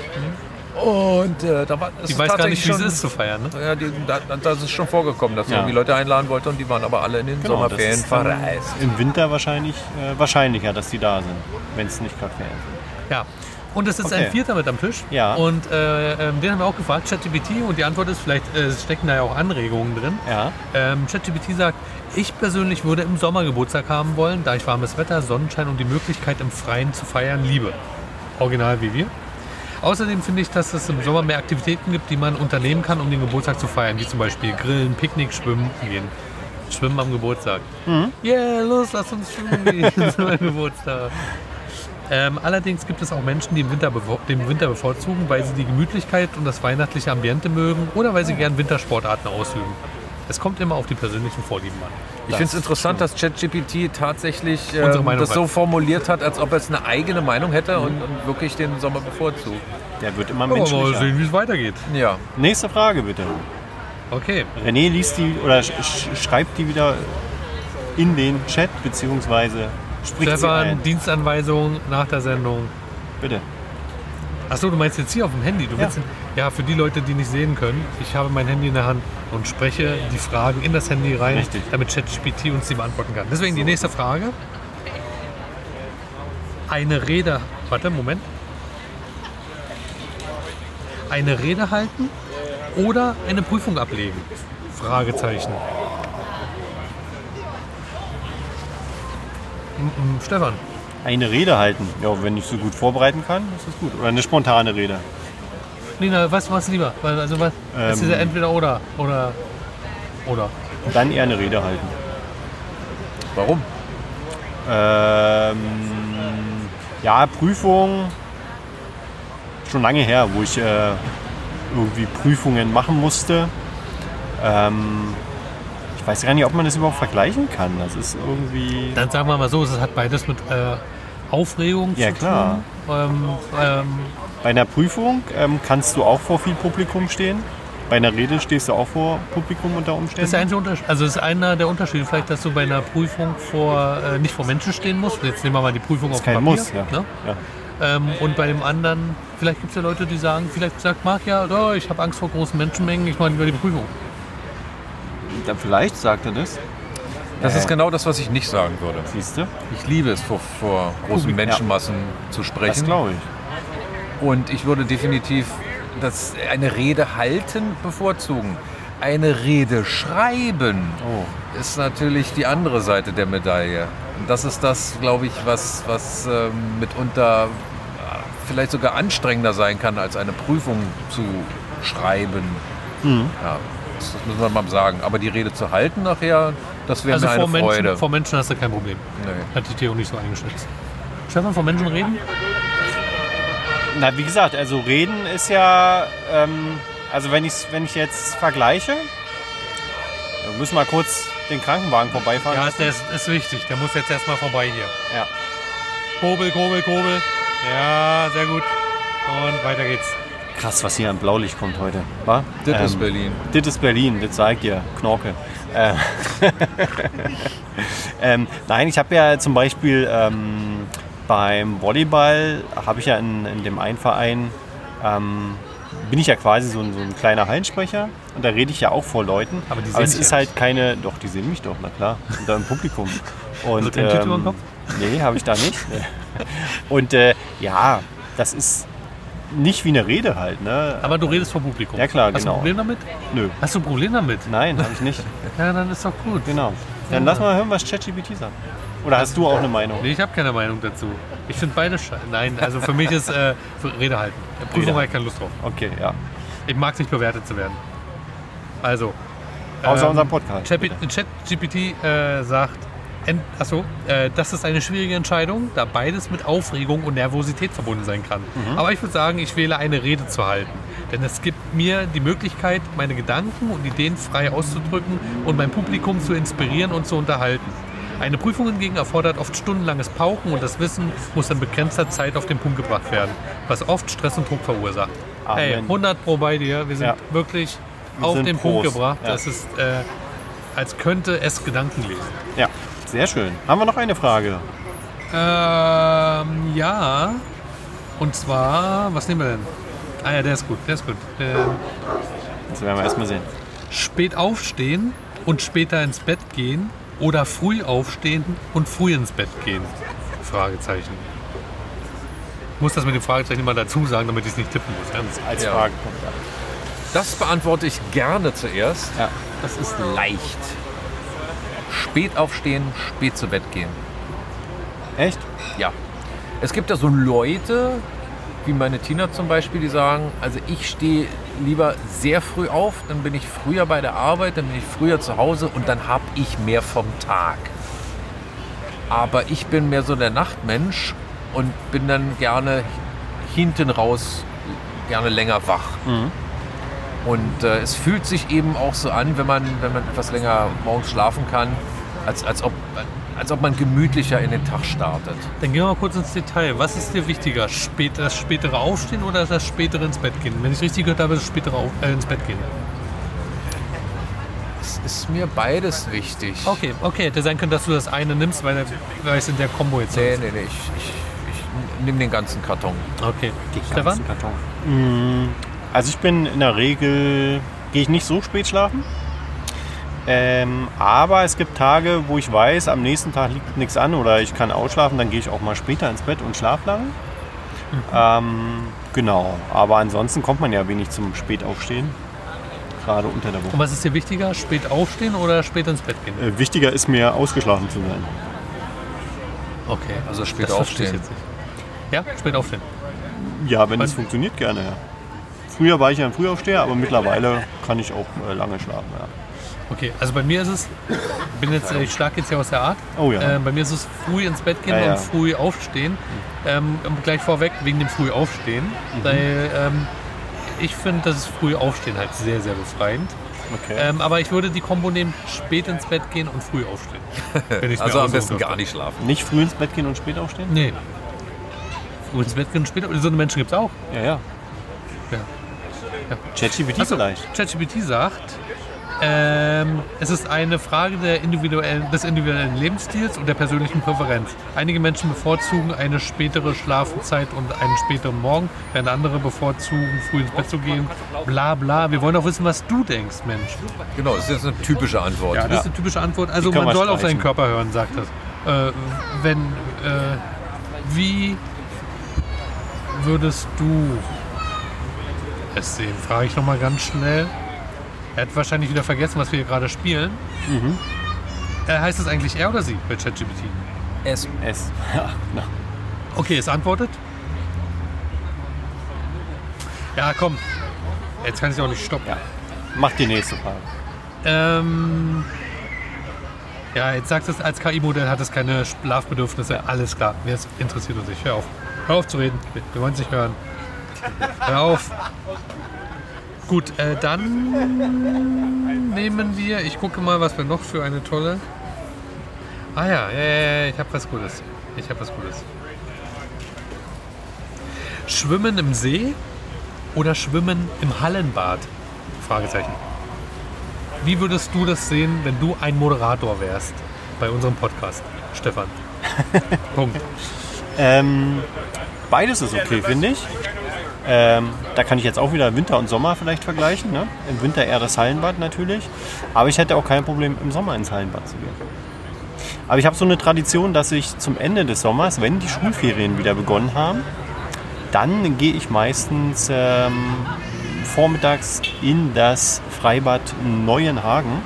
S2: Und äh, da war es
S3: Mhm. die
S2: ist
S3: weiß gar nicht,
S2: tatsächlich
S3: wie es
S2: schon-
S3: ist zu feiern. Ne?
S2: Ja, die, da, da- das ist schon vorgekommen, dass
S1: Ja.
S2: die Leute einladen wollte und die waren aber alle in den
S1: Genau, das
S2: Sommerferien
S1: ist dann
S2: verreist.
S1: Im Winter wahrscheinlich äh, wahrscheinlicher, dass die da sind, wenn es nicht gerade Ferien sind.
S3: Ja. Und es ist
S1: Okay.
S3: ein Vierter mit am Tisch.
S1: Ja.
S3: Und äh, ähm, den haben wir auch gefragt, ChatGPT. Und die Antwort ist, vielleicht äh, stecken da ja auch Anregungen drin.
S1: Ja.
S3: Ähm, ChatGPT sagt, ich persönlich würde im Sommer Geburtstag haben wollen, da ich warmes Wetter, Sonnenschein und die Möglichkeit im Freien zu feiern liebe. Original wie wir. Außerdem finde ich, dass es im Sommer mehr Aktivitäten gibt, die man unternehmen kann, um den Geburtstag zu feiern, wie zum Beispiel Grillen, Picknick, Schwimmen gehen. Schwimmen am Geburtstag. Yeah, los, lass uns schwimmen gehen zu meinem Geburtstag. Ähm, allerdings gibt es auch Menschen, die im Winter bevo- den Winter bevorzugen, weil sie die Gemütlichkeit und das weihnachtliche Ambiente mögen oder weil sie gern Wintersportarten ausüben. Es kommt immer auf die persönlichen Vorlieben an.
S2: Ich finde es interessant, dass ChatGPT tatsächlich ähm,
S3: Unsere Meinung
S2: das
S3: hat.
S2: so formuliert hat, Mhm. als ob es eine eigene Meinung hätte und, und wirklich den Sommer bevorzugt.
S1: Der wird immer
S3: Aber mal
S1: menschlicher.
S3: sehen, wie es weitergeht.
S2: Ja,
S1: Nächste Frage bitte.
S3: Okay.
S1: René liest die oder sch sch- schreibt die wieder in den Chat beziehungsweise spricht sie
S3: Stefan,
S1: ein.
S3: Dienstanweisung nach der Sendung.
S1: Bitte.
S3: Achso, du meinst jetzt hier auf dem Handy? Du
S1: Ja.
S3: willst, ja, für die Leute, die nicht sehen können, ich habe mein Handy in der Hand und spreche die Fragen in das Handy rein,
S1: Richtig.
S3: damit ChatGPT uns die beantworten kann. Deswegen die nächste Frage. Eine Rede, warte, Moment. Eine Rede halten oder eine Prüfung ablegen? Fragezeichen. Mm, mm, Stefan,
S1: Eine Rede halten. Ja, wenn ich so gut vorbereiten kann, ist das gut. Oder eine spontane Rede.
S3: Nina, was machst du lieber? Weil, Also was? es ist ja
S1: Ähm.
S3: entweder oder oder oder.
S1: Dann eher eine Rede halten.
S2: warum?
S1: Ähm, ja, Prüfung. Schon lange her, wo ich äh, irgendwie Prüfungen machen musste. Ähm, ich weiß gar nicht, ob man das überhaupt vergleichen kann. Das ist irgendwie.
S3: Dann sagen wir mal so, es hat beides mit äh, Aufregung
S1: Ja,
S3: zu
S1: klar.
S3: tun. Ähm, ähm,
S1: Bei einer Prüfung ähm, kannst du auch vor viel Publikum stehen. Bei einer Rede stehst du auch vor Publikum unter
S3: das ist der
S1: Umständen.
S3: einzige Unterschied. Also ist einer der Unterschiede vielleicht, dass du bei einer Prüfung vor äh, nicht vor Menschen stehen musst. Jetzt nehmen wir mal die Prüfung auf
S1: kein
S3: Papier.
S1: Muss, ja.
S3: Ne?
S1: Ja.
S3: Ähm, und bei dem anderen, vielleicht gibt es ja Leute, die sagen, vielleicht sagt Marc ja, oh, ich habe Angst vor großen Menschenmengen, ich mache lieber die Prüfung.
S1: Dann vielleicht sagt er das.
S2: Das
S1: Äh.
S2: ist genau das, was ich nicht sagen würde.
S1: Siehst du?
S2: Ich liebe es, vor, vor großen
S1: Publikum, ja.
S2: Menschenmassen zu sprechen.
S1: Das glaube ich.
S2: Und ich würde definitiv das eine Rede halten bevorzugen. Eine Rede schreiben
S1: Oh.
S2: ist natürlich die andere Seite der Medaille. Und das ist das, glaube ich, was, was ähm, mitunter äh, vielleicht sogar anstrengender sein kann, als eine Prüfung zu schreiben. Ja, das, das müssen wir mal sagen. Aber die Rede zu halten nachher, das wäre
S3: Also
S2: mir eine
S3: vor Menschen,
S2: Freude.
S3: vor Menschen hast du kein Problem.
S2: Nee.
S3: Hat die Theo nicht so eingeschätzt. Stefan, vor Menschen reden?
S1: Na, wie gesagt, also reden ist ja, ähm, also wenn, ich's, wenn ich jetzt vergleiche, wir müssen mal kurz den Krankenwagen vorbeifahren.
S3: Ja, der ist, ist wichtig. Der muss jetzt erstmal vorbei hier.
S1: Ja.
S3: Kurbel, Kurbel, Kurbel. Ja, sehr gut. Und weiter geht's.
S1: Krass, was hier an Blaulicht kommt heute. Wa?
S2: Das ist
S1: Ähm,
S2: Berlin.
S1: Das ist Berlin, das zeigt ihr, Knorke. Äh, ähm, nein, ich habe ja zum Beispiel ähm, beim Volleyball, habe ich ja in, in dem einen Verein, ähm, bin ich ja quasi so ein, so ein kleiner Hallensprecher und da rede ich ja auch vor Leuten.
S3: Aber die sehen
S1: Aber es
S3: dich
S1: ist
S3: ja
S1: halt keine, doch, die sehen mich doch, na klar, und da im Publikum. Und, ähm,
S3: Wird dein Titel über den Kopf?
S1: Nee, habe ich da nicht. Und äh, ja, das ist nicht wie eine Rede halt, ne?
S3: Aber du redest vor Publikum.
S1: Ja, klar,
S3: Hast
S1: genau.
S3: du ein Problem damit?
S1: Nö.
S3: Hast du ein Problem damit?
S1: Nein, habe ich nicht.
S3: Ja, dann ist doch gut.
S1: Genau. Dann lass mal hören, was ChatGPT sagt. Oder hast du auch eine Meinung?
S3: Nee, ich habe keine Meinung dazu. Ich finde beide scheiße. Nein, also für mich ist äh, für Rede halten. Prüfung habe ich keine Lust drauf.
S1: Okay, ja.
S3: Ich mag es nicht bewertet zu werden. Also.
S1: Außer
S3: ähm,
S1: unserem Podcast.
S3: Chat- ChatGPT äh, sagt, ent, achso, äh, das ist eine schwierige Entscheidung, da beides mit Aufregung und Nervosität verbunden sein kann.
S1: Mhm.
S3: Aber ich würde sagen, ich wähle eine Rede zu halten. Denn es gibt mir die Möglichkeit, meine Gedanken und Ideen frei auszudrücken und mein Publikum zu inspirieren und zu unterhalten. Eine Prüfung hingegen erfordert oft stundenlanges Pauken und das Wissen muss in begrenzter Zeit auf den Punkt gebracht werden, was oft Stress und Druck verursacht.
S1: Amen.
S3: Hey, 100 pro bei dir. Wir sind
S1: Ja.
S3: wirklich
S1: Wir
S3: auf
S1: sind
S3: den Punkt
S1: Pros.
S3: gebracht.
S1: Ja.
S3: Das ist äh, als könnte es Gedanken lesen.
S1: Ja, sehr schön. Haben wir noch eine Frage?
S3: Ähm, ja. Und zwar, was nehmen wir denn? Ah ja, der ist gut, der ist gut. Ähm,
S1: Das werden wir erstmal sehen.
S3: spät aufstehen und später ins Bett gehen oder früh aufstehen und früh ins Bett gehen? Fragezeichen. Ich muss das mit dem Fragezeichen immer dazu sagen, damit ich es nicht tippen muss. Ernst.
S1: Als
S2: Ja.
S1: Frage.
S2: Das beantworte ich gerne zuerst.
S1: Ja.
S2: Das ist leicht. Spät aufstehen, spät zu Bett gehen.
S1: Echt?
S2: Ja. Es gibt ja so Leute, wie meine Tina zum Beispiel, die sagen, also ich stehe lieber sehr früh auf, dann bin ich früher bei der Arbeit, dann bin ich früher zu Hause und dann habe ich mehr vom Tag. Aber ich bin mehr so der Nachtmensch und bin dann gerne hinten raus, gerne länger wach. Und äh, es fühlt sich eben auch so an, wenn man, wenn man etwas länger morgens schlafen kann, als, als, ob, als ob man gemütlicher in den Tag startet.
S3: Dann gehen wir mal kurz ins Detail. Was ist dir wichtiger? Spät, das spätere Aufstehen oder das spätere ins Bett gehen? Wenn ich richtig gehört habe, das spätere auf, äh, ins Bett gehen.
S2: Es ist mir beides wichtig.
S3: Okay, okay, hätte sein können, dass du das eine nimmst, weil weil es in der Kombo jetzt
S2: Nee,
S3: ist.
S2: nee, nee, ich, ich, ich nehme den ganzen Karton.
S3: Okay. Stefan?
S1: Karton. Also ich bin in der Regel, gehe ich nicht so spät schlafen. Ähm, aber es gibt Tage, wo ich weiß, am nächsten Tag liegt nichts an oder ich kann ausschlafen, dann gehe ich auch mal später ins Bett und schlafe lange.
S3: Mhm.
S1: Ähm, genau, aber ansonsten kommt man ja wenig zum Spätaufstehen, gerade unter der Woche.
S3: Und was ist dir wichtiger? Spät aufstehen oder spät ins Bett gehen?
S1: Äh, Wichtiger ist mir, ausgeschlafen zu sein.
S3: Okay.
S2: Also spät
S3: das verstehe ich
S2: aufstehen.
S3: jetzt nicht. Ja, spät aufstehen.
S1: Ja, wenn
S3: Wann-
S1: es funktioniert, gerne. Ja. Früher war ich ja ein Frühaufsteher, aber mittlerweile kann ich auch äh, lange schlafen. Ja.
S3: Okay, also bei mir ist es, bin jetzt, ich schlag jetzt hier aus der Art.
S1: Oh ja.
S3: Äh, bei mir ist es früh ins Bett gehen
S1: Ja, ja.
S3: und früh aufstehen. Ähm, gleich vorweg wegen dem früh aufstehen,
S1: Mhm.
S3: weil ähm, ich finde, das früh aufstehen halt sehr, sehr befreiend.
S1: Okay.
S3: Ähm, aber ich würde die Kombo nehmen, spät ins Bett gehen und früh aufstehen. Wenn ich's mir
S2: Also am
S3: aussuchen
S2: besten
S3: dürfte.
S2: gar nicht schlafen.
S1: Nicht früh ins Bett gehen und spät aufstehen?
S3: Nee. Früh ins Bett gehen und später. So eine Menschen gibt es auch.
S1: Ja, ja.
S3: Ja. Ja.
S1: ChatGPT
S3: Achso,
S1: vielleicht.
S3: ChatGPT sagt, ähm, es ist eine Frage der individuellen, des individuellen Lebensstils und der persönlichen Präferenz. Einige Menschen bevorzugen eine spätere Schlafzeit und einen späteren Morgen, während andere bevorzugen, früh ins Bett zu gehen. Bla bla. Wir wollen auch wissen, was du denkst, Mensch.
S2: Genau, das ist eine typische Antwort.
S3: Ja, das ist eine typische Antwort. Also
S1: Die können
S3: man
S1: wir
S3: soll auf
S1: streichen.
S3: seinen Körper hören, sagt das. Äh, wenn, äh, wie würdest du es sehen. Frage ich nochmal ganz schnell. Er hat wahrscheinlich wieder vergessen, was wir hier gerade spielen.
S1: Mhm.
S3: Äh, heißt es eigentlich er oder sie bei ChatGPT?
S2: Es
S1: S. Ja, na.
S3: Okay, es antwortet. Ja, komm. Jetzt kann ich es auch nicht stoppen.
S1: Ja. Mach die nächste Frage.
S3: Ähm, ja, jetzt sagt es, als KI-Modell hat es keine Schlafbedürfnisse. Alles klar, mir ist- interessiert uns nicht. Hör auf. Hör auf zu reden. Wir, wir wollen es nicht hören. Hör auf. Gut, äh, dann nehmen wir. Ich gucke mal, was wir noch für eine tolle. Ah ja, ja, ja, ja, ich habe was Gutes. Ich habe was Gutes. Schwimmen im See oder Schwimmen im Hallenbad? Fragezeichen. Wie würdest du das sehen, wenn du ein Moderator wärst bei unserem Podcast, Stefan? Punkt.
S1: Ähm, beides ist okay, finde ich. Ähm, da kann ich jetzt auch wieder Winter und Sommer vielleicht vergleichen. Ne? Im Winter eher das Hallenbad natürlich. Aber ich hätte auch kein Problem, im Sommer ins Hallenbad zu gehen. Aber ich habe so eine Tradition, dass ich zum Ende des Sommers, wenn die Schulferien wieder begonnen haben, dann gehe ich meistens ähm, vormittags in das Freibad Neuenhagen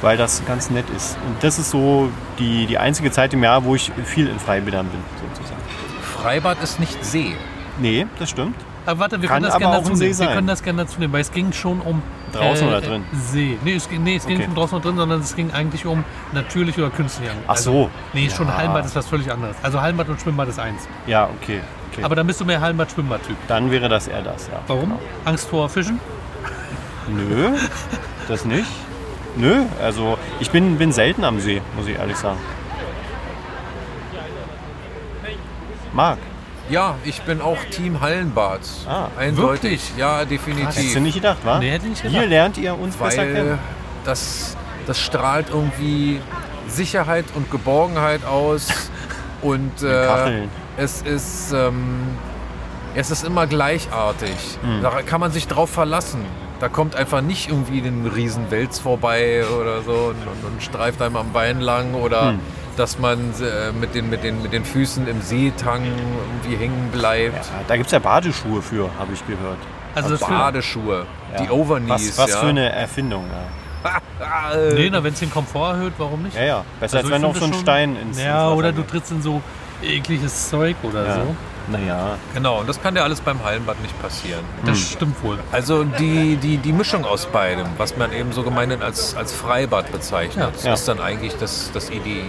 S1: weil das ganz nett ist. Und das ist so die, die einzige Zeit im Jahr, wo ich viel in Freibädern bin, sozusagen.
S2: Freibad ist nicht See.
S1: Nee, das stimmt.
S3: Aber warte, wir
S1: Kann
S3: können das
S1: aber
S3: gerne
S1: auch
S3: dazu
S1: ein See
S3: nehmen. Wir
S1: sein.
S3: können das gerne dazu nehmen, weil es ging schon um
S1: Draußen
S3: äh,
S1: oder drin?
S3: See. Nee, es, ging- nee, es ging
S1: Okay.
S3: nicht um draußen oder drin, sondern es ging eigentlich um natürlich oder künstlich. an-
S1: Ach so.
S3: Nee, schon
S1: Ja.
S3: Hallenbad ist was völlig anderes. Also Hallenbad und Schwimmbad ist eins.
S1: Ja, Genau. okay. okay.
S3: Aber dann bist du mehr Hallenbad-Schwimmbad-Typ.
S1: dann wäre das eher das, ja. Genau.
S3: Warum? Angst vor Fischen?
S1: Nö, das nicht. Nö, also ich bin, bin selten am See, muss ich ehrlich sagen. Marc,
S2: Ja, ich bin auch Team Hallenbad.
S1: Ah,
S2: Eindeutig, ja, definitiv.
S1: hättest du nicht gedacht, wa?
S3: Nee, hätte ich nicht
S1: Hier
S3: gedacht.
S1: lernt ihr uns besser
S2: weil
S1: kennen.
S2: das, das strahlt irgendwie Sicherheit und Geborgenheit aus. Und äh,
S1: Kacheln.
S2: es ist ähm, es ist immer gleichartig.
S1: Hm.
S2: Da kann man sich drauf verlassen. Da kommt einfach nicht irgendwie ein Riesenwels vorbei oder so und, und, und streift einem am Bein lang
S1: Hm.
S2: oder dass man äh, mit, den, mit, den, mit den Füßen im Seetang irgendwie hängen bleibt.
S1: Ja, da gibt es ja Badeschuhe für, habe ich gehört.
S3: Also das für,
S2: Badeschuhe,
S1: Ja.
S2: die Overknees.
S1: Was, was
S2: ja.
S1: für eine Erfindung, ja.
S3: nee, na, wenn es den Komfort erhöht, warum nicht?
S1: Äh, Ja, ja. Besser
S3: Also
S1: als
S3: ich
S1: wenn noch
S3: finde
S1: so ein
S3: schon-
S1: Stein ins
S3: Ja,
S1: ins Wasser
S3: oder du
S1: geht.
S3: trittst also. in so ekliges Zeug oder
S1: Ja.
S3: so.
S1: Naja.
S2: Genau, und das kann ja alles beim Hallenbad nicht passieren.
S3: Das
S1: Hm.
S3: stimmt wohl.
S2: Also die, die, die Mischung aus beidem, was man eben so gemeinhin als, als Freibad bezeichnet,
S1: Ja.
S2: ist dann eigentlich das, das Idee.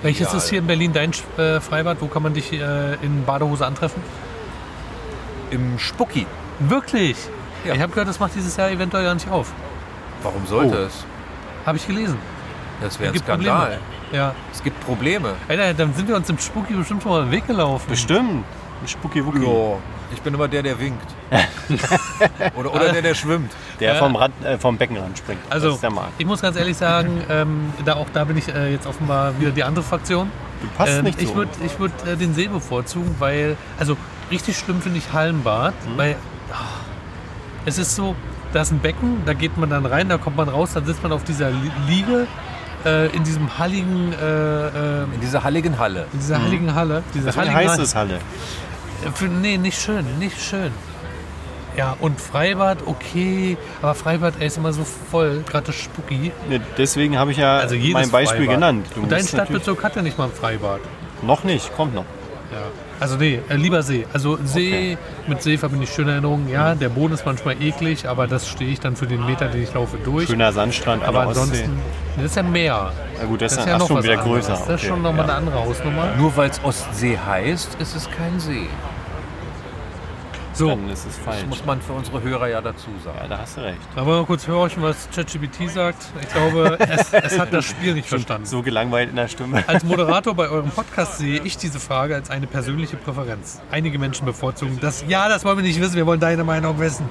S3: Welches ist hier in Berlin dein äh, Freibad? Wo kann man dich äh, in Badehose antreffen?
S2: Im Spucki.
S3: Wirklich?
S2: Ja.
S3: Ich habe gehört, das macht dieses Jahr eventuell gar nicht auf.
S2: Warum sollte es?
S3: Habe ich gelesen.
S2: Das wäre ein
S3: Oh. Gibt
S2: Skandal.
S3: Probleme. Ja.
S2: Es gibt Probleme.
S3: Alter, dann sind wir uns im Spooky bestimmt schon mal weggelaufen.
S1: Bestimmt. Ein Spooky
S3: Hm.
S1: Wookie.
S2: Jo, ich bin immer der, der winkt. oder, oder der, der schwimmt.
S1: Der
S3: Ja.
S1: vom, Rand, äh, vom Beckenrand springt. das
S3: Also,
S1: ist der Marc.
S3: ich muss ganz ehrlich sagen, ähm, da, auch da bin ich äh, jetzt offenbar wieder die andere Fraktion.
S1: Du passt
S3: Ähm,
S1: nicht
S3: ich
S1: zu
S3: würde
S1: uns.
S3: ich würd, äh, den See bevorzugen, weil, also richtig schlimm finde ich Hallenbad,
S1: Mhm.
S3: weil ah, es ist so, da ist ein Becken, da geht man dann rein, da kommt man raus, dann sitzt man auf dieser Li- Liege äh, in diesem halligen, äh, äh,
S2: In dieser halligen Halle.
S3: in
S1: Mhm.
S3: dieser halligen Halle. Diese
S1: Deswegen
S3: halligen
S1: heißt
S3: Halle.
S1: es Halle.
S3: Äh, Für, nee, nicht schön, nicht schön. Ja, und Freibad, okay, aber Freibad ey, ist immer so voll, gerade das Spucki.
S1: Ne, Deswegen habe ich ja
S3: Also jedes
S1: mein Beispiel
S3: Freibad.
S1: genannt. Du
S3: Und dein
S1: musst natürlich-
S3: Stadtbezirk hat ja nicht mal ein Freibad.
S1: Noch nicht, kommt noch.
S3: Ja. Also nee, äh, lieber See. Also See, mit See verbinde ich schöne Erinnerungen. Ja, der Boden ist manchmal eklig, aber das stehe ich dann für den Meter, den ich laufe, durch.
S1: Schöner Sandstrand,
S3: aber
S1: an der Ostsee.
S3: ansonsten, das ist ja Meer.
S1: Na gut, das,
S3: Das
S1: ist
S3: ist
S1: dann
S3: ja
S1: ach,
S3: noch
S1: schon
S3: was
S1: wieder
S3: anderes.
S1: größer.
S3: Das ist schon
S1: Okay,
S3: nochmal
S1: ja.
S3: eine andere Hausnummer.
S2: Nur weil es Ostsee heißt, ist es kein See.
S3: So,
S1: Dann ist es
S2: Das
S1: falsch.
S2: muss man für unsere Hörer ja dazu sagen.
S1: Ja, da hast du recht.
S3: da wollen wir kurz hören, was ChatGPT sagt. Ich glaube, es, es hat das Spiel nicht verstanden.
S1: So gelangweilt in der Stimme.
S3: Als Moderator bei eurem Podcast sehe ich diese Frage als eine persönliche Präferenz. Einige Menschen bevorzugen das. Ja, das wollen wir nicht wissen. Wir wollen deine Meinung wissen.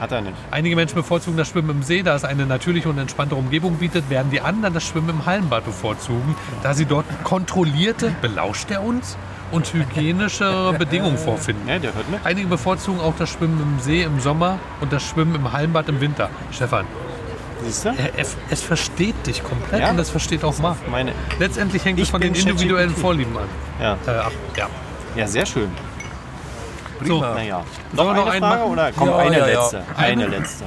S1: Hat er nicht.
S3: Einige Menschen bevorzugen das Schwimmen im See, da es eine natürliche und entspannte Umgebung bietet, während die anderen das Schwimmen im Hallenbad bevorzugen, da sie dort kontrollierte, belauscht er uns, und hygienische Bedingungen vorfinden.
S1: Ne, der hört nicht.
S3: Einige bevorzugen auch das Schwimmen im See im Sommer und das Schwimmen im Hallenbad im Winter. Stefan,
S1: Siehst du?
S3: er- Äh, es, es versteht dich komplett
S1: Ja.
S3: und es versteht auch Marc.
S1: Meine.
S3: Letztendlich hängt es
S1: Ich
S3: von den
S1: bin ChatGPT.
S3: Äh, individuellen Vorlieben an.
S1: Ja.
S3: Äh, ab, ja.
S1: ja, sehr schön.
S2: prima.
S1: Naja. Noch
S3: Sollen wir
S1: eine
S3: noch
S1: Frage
S3: einen machen?
S1: oder? Komm,
S2: Ja,
S1: eine
S2: ja, ja.
S1: letzte. Eine letzte.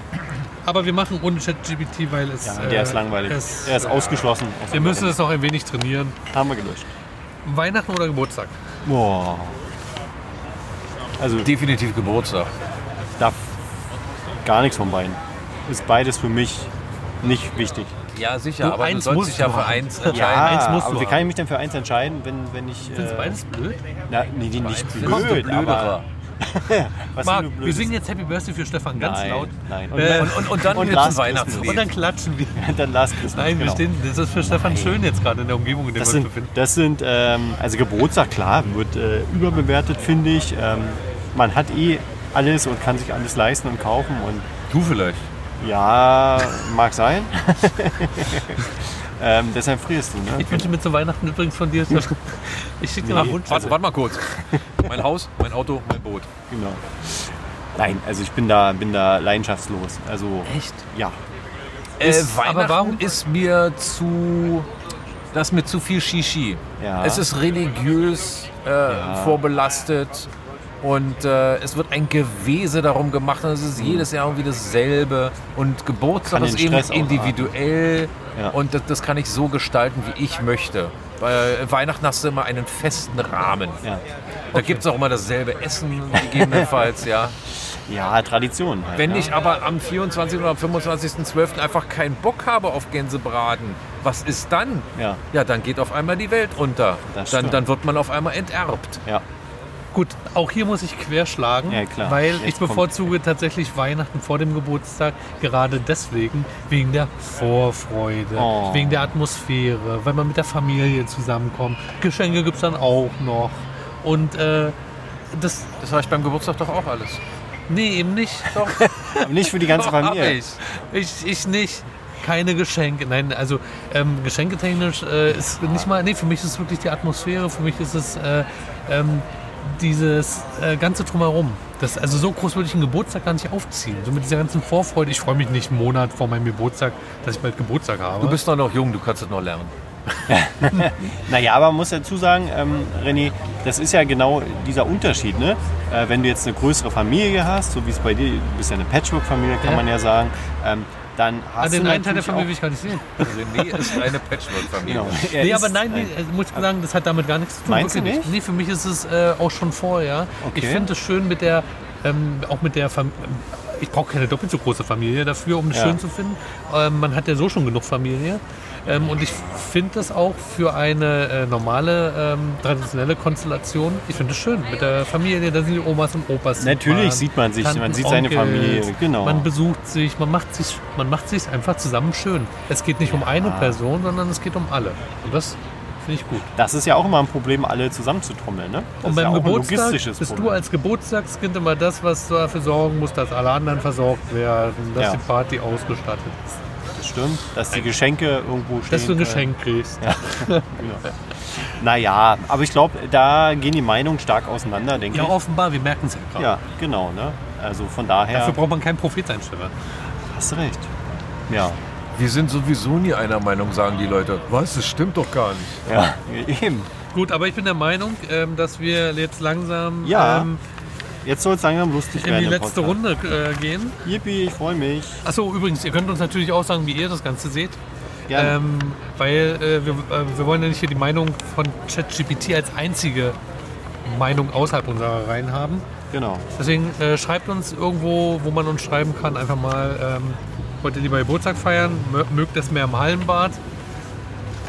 S3: Aber wir machen ohne ChatGPT, weil es.
S1: Ja, der
S3: äh,
S1: ist langweilig.
S3: es-
S1: der ist ausgeschlossen.
S3: Wir müssen es noch ein wenig trainieren.
S1: Haben wir gelöscht.
S3: Weihnachten oder Geburtstag?
S1: Boah. Also
S2: Definitiv Geburtstag.
S1: da f- gar nichts von beiden. Ist beides für mich nicht wichtig.
S2: Ja, sicher,
S3: Du,
S2: aber du
S3: eins
S2: sollst
S3: musst
S2: dich ja
S3: du
S2: für
S3: haben.
S2: eins
S1: Ja,
S2: entscheiden.
S3: eins musst
S1: aber
S3: du
S1: wie kann ich mich denn für eins entscheiden, wenn, wenn ich... äh,
S3: Sind es beides blöd?
S1: na, nee, die nicht blöd,
S2: Komm, du
S1: aber...
S2: Blöderer.
S1: Was
S3: Marc,
S1: denn du blöd?
S3: wir singen jetzt Happy Birthday für Stefan ganz
S1: nein,
S3: laut.
S1: Nein,
S3: Und, äh,
S2: Und, und dann
S1: Und
S2: wieder
S1: Last
S2: zum Weihnachtslied.
S3: und dann klatschen wir.
S1: und dann Last Christmas.
S3: Nein, wir
S1: genau.
S3: stehen, das ist für Stefan schön jetzt gerade in der Umgebung, in der
S1: Das
S3: wir
S1: sind,
S3: uns befinden.
S1: das sind ähm, also Geburtstag, klar, wird äh, überbewertet, finde ich. Ähm, man hat eh alles und kann sich alles leisten und kaufen und
S2: du vielleicht.
S1: ja, mag sein. ähm, deshalb frierst du, ne?
S3: Ich wünsche mir zu Weihnachten übrigens von dir. Ich schicke dir mal Wunsch.
S2: Warte, warte mal kurz. Mein Haus, mein Auto, mein Boot.
S1: Genau. Nein, also ich bin da, bin da leidenschaftslos. Also
S3: Echt?
S1: ja, Äh,
S2: Ist,
S3: aber
S2: aber
S3: warum-
S2: warum ist mir zu. Das ist mir zu viel Shishi.
S1: Ja.
S2: Es ist religiös äh, vorbelastet und äh, es wird ein Gewese darum gemacht. Und es ist jedes Jahr irgendwie dasselbe. Und Geburtstag
S1: Mhm. Kann
S2: ist
S1: den
S2: eben
S1: Stress ausatmen.
S2: individuell
S1: Ja.
S2: und das, das kann ich so gestalten, wie ich möchte. Weil äh, Weihnachten hast du immer einen festen Rahmen.
S1: ja.
S2: Da gibt es auch immer dasselbe Essen, gegebenenfalls, ja.
S1: Ja, Tradition halt.
S2: Wenn
S1: ne?
S2: ich aber am 24. oder am 25.12. einfach keinen Bock habe auf Gänsebraten, was ist dann?
S1: Ja,
S2: Ja, dann geht auf einmal die Welt unter.
S1: Das
S2: Dann,
S1: stimmt.
S2: dann wird man auf einmal enterbt.
S1: ja.
S3: Gut, auch hier muss ich querschlagen,
S1: Ja, klar.
S3: weil
S1: Jetzt
S3: ich bevorzuge tatsächlich Weihnachten vor dem Geburtstag, gerade deswegen, wegen der Vorfreude,
S1: Oh.
S3: wegen der Atmosphäre, weil man mit der Familie zusammenkommt. Geschenke gibt es dann auch noch. Und äh, das,
S2: Das habe ich beim Geburtstag doch auch alles.
S3: nee, eben nicht.
S2: Doch,
S1: Aber nicht für die ganze
S2: doch hab
S1: Familie.
S2: ich.
S3: Ich, ich nicht. Keine Geschenke. Nein, also ähm, geschenketechnisch äh, ist nicht mal. Nee, für mich ist es wirklich die Atmosphäre. Für mich ist es äh, ähm, dieses äh, ganze Drumherum. Das, also so groß würde ich einen Geburtstag gar nicht aufziehen. So mit dieser ganzen Vorfreude. Ich freue mich nicht einen Monat vor meinem Geburtstag, dass ich bald Geburtstag habe.
S2: Du bist doch noch jung, du kannst es noch lernen.
S1: Naja, aber man muss dazu sagen, ähm, René, das ist ja genau dieser Unterschied. Ne? Äh, wenn du jetzt eine größere Familie hast, so wie es bei dir, du bist ja eine Patchwork-Familie, kann
S3: Ja.
S1: man ja sagen, ähm, dann hast
S3: also
S1: du
S3: den einen Teil der
S1: natürlich
S3: Familie will
S1: auch,
S3: ich gar nicht sehen.
S2: René ist eine Patchwork-Familie.
S1: genau, er
S3: Nee,
S1: ist
S3: aber nein, nee,
S1: ein-
S3: also muss ich sagen, das hat damit gar nichts zu tun.
S1: Meinst du
S3: wirklich
S1: nicht?
S3: Nee, für mich ist es äh, auch schon vorher. Ich
S1: Okay.
S3: finde es schön mit der, ähm, auch mit der Familie. Ich brauche keine doppelt so große Familie dafür, um es
S1: Ja.
S3: schön zu finden. Ähm, man hat ja so schon genug Familie. Ähm, und ich finde das auch für eine äh, normale, ähm, traditionelle Konstellation. Ich finde es schön mit der Familie. Da sind die Omas und Opas. sind
S1: Natürlich
S3: man,
S1: sieht man sich,
S3: Tanten,
S1: man sieht seine
S3: Onkels,
S1: Familie, genau.
S3: Man besucht sich, man macht sich, man macht sich einfach zusammen schön. Es geht nicht um eine Person, sondern es geht um alle. Und das finde ich gut.
S1: Ah. Das ist ja auch immer ein Problem, alle zusammenzutrommeln. Ne? Das
S3: und
S1: ist ja
S3: beim
S1: auch ein
S3: Geburtstag
S1: logistisches
S3: bist du
S1: Problem.
S3: als Geburtstagskind immer das, was dafür sorgen muss, dass alle anderen versorgt werden, dass
S1: Ja.
S3: die Party ausgestattet ist,
S1: das stimmt, dass die Geschenke irgendwo stehen. äh,
S3: dass du ein
S1: können.
S3: Geschenk kriegst.
S1: Ja. Naja, aber ich glaube, da gehen die Meinungen stark auseinander, denke
S3: Ja,
S1: ich.
S3: offenbar, wir merken es ja gerade.
S1: Ja, genau. Ne? Also von daher
S3: Dafür braucht man kein Prophet sein, Stefan.
S1: hast du recht. Ja.
S2: Wir sind sowieso nie einer Meinung, sagen die Leute. Was? Das stimmt doch gar nicht.
S1: Ja, eben.
S3: Gut, aber ich bin der Meinung, ähm, dass wir jetzt langsam
S1: Ja,
S3: ähm,
S1: Jetzt soll es langsam lustig
S3: in
S1: werden.
S3: die
S1: im
S3: letzte
S1: Podcast.
S3: Runde äh, gehen.
S1: Yippie, ich freue mich.
S3: Achso, übrigens, ihr könnt uns natürlich auch sagen, wie ihr das Ganze seht.
S1: Gerne.
S3: Ähm, weil äh, wir, äh, wir wollen ja nicht hier die Meinung von ChatGPT als einzige Meinung außerhalb unserer Reihen haben.
S1: genau.
S3: Deswegen äh, schreibt uns irgendwo, wo man uns schreiben kann, einfach mal, ähm, wollt ihr lieber Geburtstag feiern? Mö- Mögt es mehr im Hallenbad?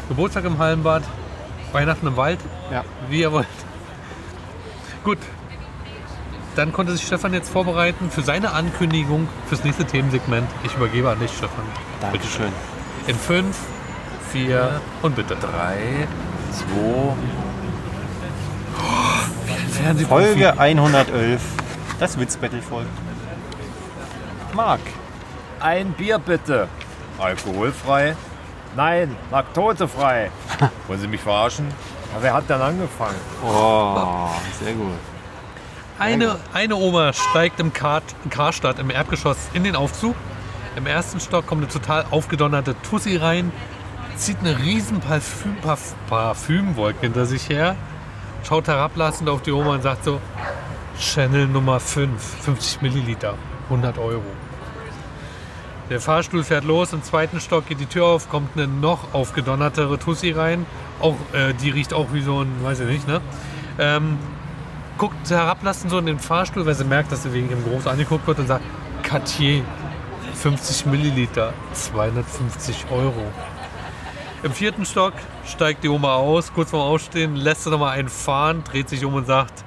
S3: Geburtstag im Hallenbad? Weihnachten im Wald?
S1: Ja.
S3: Wie ihr wollt. Gut. Dann konnte sich Stefan jetzt vorbereiten für seine Ankündigung fürs nächste Themensegment. Ich übergebe an dich, Stefan.
S1: Dankeschön.
S3: In fünf, vier und bitte.
S2: Drei, zwei,
S3: Fernsehprofi.
S1: Folge 111. Das Witzbattle folgt. Marc.
S5: Ein Bier bitte.
S2: alkoholfrei.
S5: Nein, laktosefrei.
S2: Wollen Sie mich verarschen?
S5: Aber wer hat denn angefangen?
S1: Oh, sehr gut.
S3: Eine, eine Oma steigt im Kar Karstadt im Erdgeschoss in den Aufzug. Im ersten Stock kommt eine total aufgedonnerte Tussi rein, zieht eine riesen Parfüm, Parf Parfümwolke hinter sich her, schaut herablassend auf die Oma und sagt so, Channel Nummer 5, 50 Milliliter, 100 Euro. Der Fahrstuhl fährt los, im zweiten Stock geht die Tür auf, kommt eine noch aufgedonnerte Tussi rein. Auch, äh, die riecht auch wie so ein, weiß ich nicht, ne? Ähm, guckt herablassen so in den Fahrstuhl, weil sie merkt, dass sie wegen ihrem Groß angeguckt wird und sagt, Cartier, 50 Milliliter, 250 Euro. Im vierten Stock steigt die Oma aus, kurz vorm Ausstehen, lässt sie nochmal einen fahren, dreht sich um und sagt,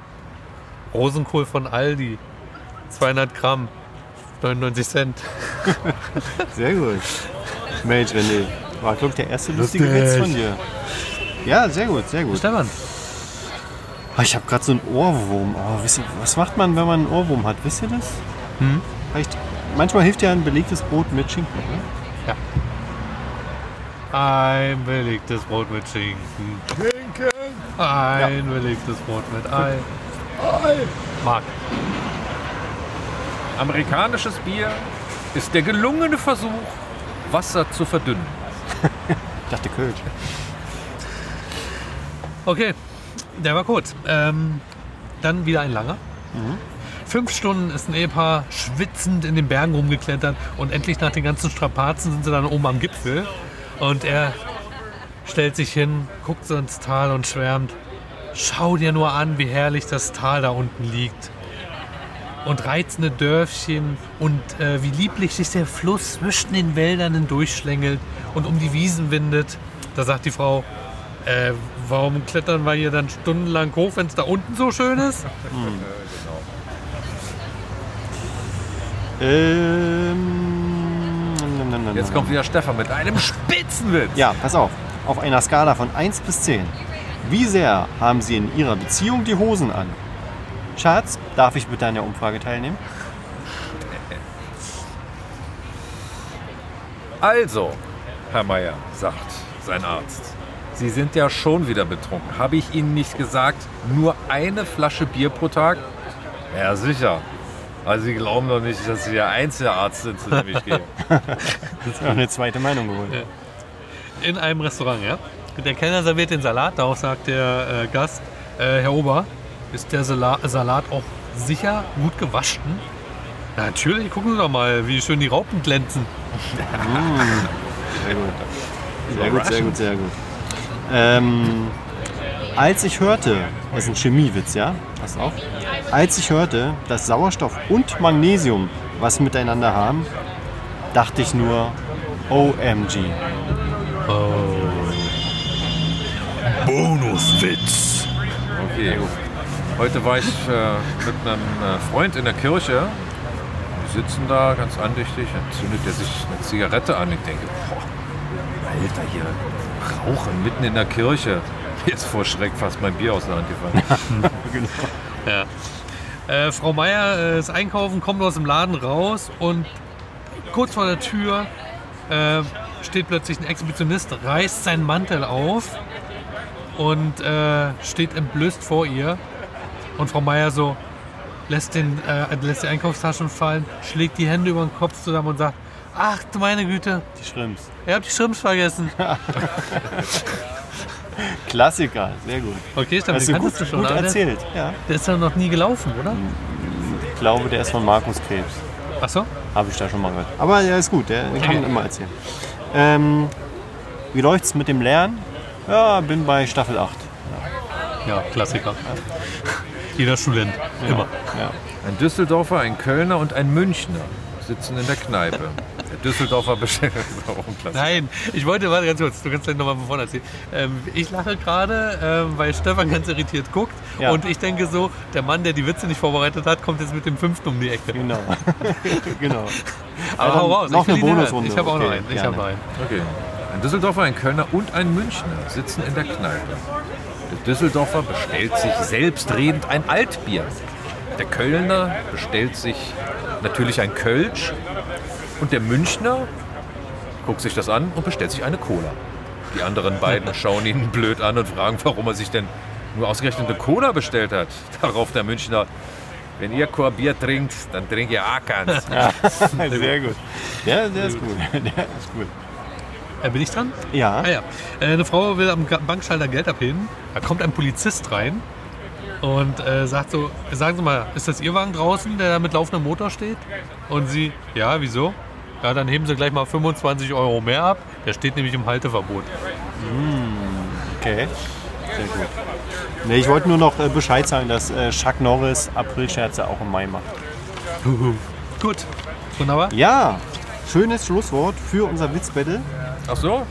S3: Rosenkohl von Aldi, 200 Gramm, 99 Cent.
S1: Sehr gut. Mensch, René, war, glaube ich, der erste lustige Witz von dir. Ja, sehr gut, sehr gut.
S3: Stefan,
S1: Ah, Ich habe gerade so einen Ohrwurm. Oh, wisst ihr, was macht man, wenn man einen Ohrwurm hat? Wisst ihr das? Hm? Vielleicht, manchmal hilft ja ein belegtes Brot mit Schinken. Ne?
S3: ein belegtes Brot mit Schinken. Schinken! Ein belegtes Brot mit Ei. Ei! Marc,
S2: Amerikanisches Bier ist der gelungene Versuch, Wasser zu verdünnen.
S1: Ich dachte Kölsch.
S3: Okay, der war kurz. Ähm, dann wieder ein langer. Fünf Stunden ist ein Ehepaar schwitzend in den Bergen rumgeklettert und endlich nach den ganzen Strapazen sind sie dann oben am Gipfel. Und er stellt sich hin, guckt so ins Tal und schwärmt. Schau dir nur an, wie herrlich das Tal da unten liegt. Und reizende Dörfchen und äh, wie lieblich sich der Fluss zwischen den Wäldern hindurchschlängelt und um die Wiesen windet. Da sagt die Frau, äh, warum klettern wir hier dann stundenlang hoch, wenn es da unten so schön ist?
S1: Ähm, nam, nam, nam,
S2: Jetzt
S1: nam.
S2: kommt wieder Stefan mit einem Spitzenwitz.
S1: Ja, pass auf. Auf einer Skala von 1 bis 10. Wie sehr haben Sie in Ihrer Beziehung die Hosen an? Schatz, darf ich bitte an der Umfrage teilnehmen?
S2: Also, Herr Meier, sagt sein Arzt, Sie sind ja schon wieder betrunken. Habe ich Ihnen nicht gesagt, nur eine Flasche Bier pro Tag? Ja, sicher. Also Sie glauben doch nicht, dass Sie der einzige Arzt sind, zu dem ich gehe.
S1: Jetzt noch eine zweite Meinung geholt.
S3: In einem Restaurant, ja. Der Kellner serviert den Salat, darauf sagt der äh, Gast, äh, Herr Ober, ist der Sala Salat auch sicher gut gewaschen? "Na, Natürlich, gucken Sie doch mal, wie schön die Raupen glänzen.
S1: Sehr gut. Sehr gut, sehr gut, sehr gut. Ähm, als ich hörte, das ist ein Chemiewitz, ja? Pass auf. Als ich hörte, dass Sauerstoff und Magnesium was miteinander haben, dachte ich nur, OMG.
S2: Okay. Heute war ich äh, mit einem äh, Freund in der Kirche. Wir sitzen da ganz andächtig, dann zündet er sich eine Zigarette an. Ich denke, boah, Alter, hier rauchen mitten in der Kirche. Mir ist vor Schreck fast mein Bier aus der Hand gefallen.
S3: Äh, Frau Meier äh, ist einkaufen, kommt aus dem Laden raus und kurz vor der Tür äh, steht plötzlich ein Exhibitionist, reißt seinen Mantel auf und äh, steht entblößt vor ihr. Und Frau Meier so lässt, den, äh, lässt die Einkaufstaschen fallen, schlägt die Hände über den Kopf zusammen und sagt, ach du meine Güte,
S1: Die Schrimps.
S3: ihr habt die Schrimps vergessen.
S1: Klassiker, sehr gut.
S3: Okay, Stefan,
S1: Hast du
S3: den
S1: gut,
S3: kanntest du schon,
S1: gut
S3: oder?
S1: erzählt. Ja.
S3: Der ist ja noch nie gelaufen, oder?
S1: Ich glaube, der ist von Markus Krebs.
S3: Ach so?
S1: Habe ich da schon mal gehört. Aber der ist gut, der den kann man immer erzählen. Ähm, wie läuft's mit dem Lernen? Ja, bin bei Staffel 8.
S3: Ja, Klassiker. Jeder Student, immer.
S2: Ein Düsseldorfer, ein Kölner und ein Münchner sitzen in der Kneipe. Der Düsseldorfer bestellt auch ein Klassiker.
S3: Nein, ich wollte, warte ganz kurz, du kannst gleich nochmal von vorne erzählen. Ähm, ich lache gerade, ähm, weil Stefan ganz irritiert guckt
S1: Ja.
S3: und ich denke so, der Mann, der die Witze nicht vorbereitet hat, kommt jetzt mit dem fünften um die Ecke.
S1: Genau. genau.
S3: Aber
S1: dann
S3: hau raus,
S1: noch
S3: ich will
S1: eine
S3: ihn hören.
S1: Bonusrunde.
S3: Ich habe auch noch
S1: Okay,
S3: einen, ich
S1: gerne.
S3: habe noch einen.
S2: Okay. Ein Düsseldorfer, ein Kölner und ein Münchner sitzen in der Kneipe. Der Düsseldorfer bestellt sich selbstredend ein Altbier. Der Kölner bestellt sich natürlich ein Kölsch. Und der Münchner guckt sich das an und bestellt sich eine Cola. Die anderen beiden schauen ihn blöd an und fragen, warum er sich denn nur ausgerechnet eine Cola bestellt hat. Darauf der Münchner, wenn ihr Korbier trinkt, dann trinkt ihr auch keins.
S1: Sehr gut. Der, der ist gut. Der ist gut. Ah,
S3: Äh, bin ich dran?
S1: Ja.
S3: Ah ja. Äh, eine Frau will am Ga- Bankschalter Geld abheben. Da kommt ein Polizist rein, und äh, sagt so, sagen Sie mal, ist das Ihr Wagen draußen, der da mit laufendem Motor steht? Und sie, ja, wieso? Ja, dann heben Sie gleich mal 25 Euro mehr ab. Der steht nämlich im Halteverbot.
S1: Okay. Sehr gut. Nee, ich wollte nur noch äh, Bescheid sagen, dass äh, Chuck Norris Aprilscherze auch im Mai macht.
S3: Mhm. Gut, wunderbar.
S1: Ja, schönes Schlusswort für unser Witzbattle.
S2: Ach so?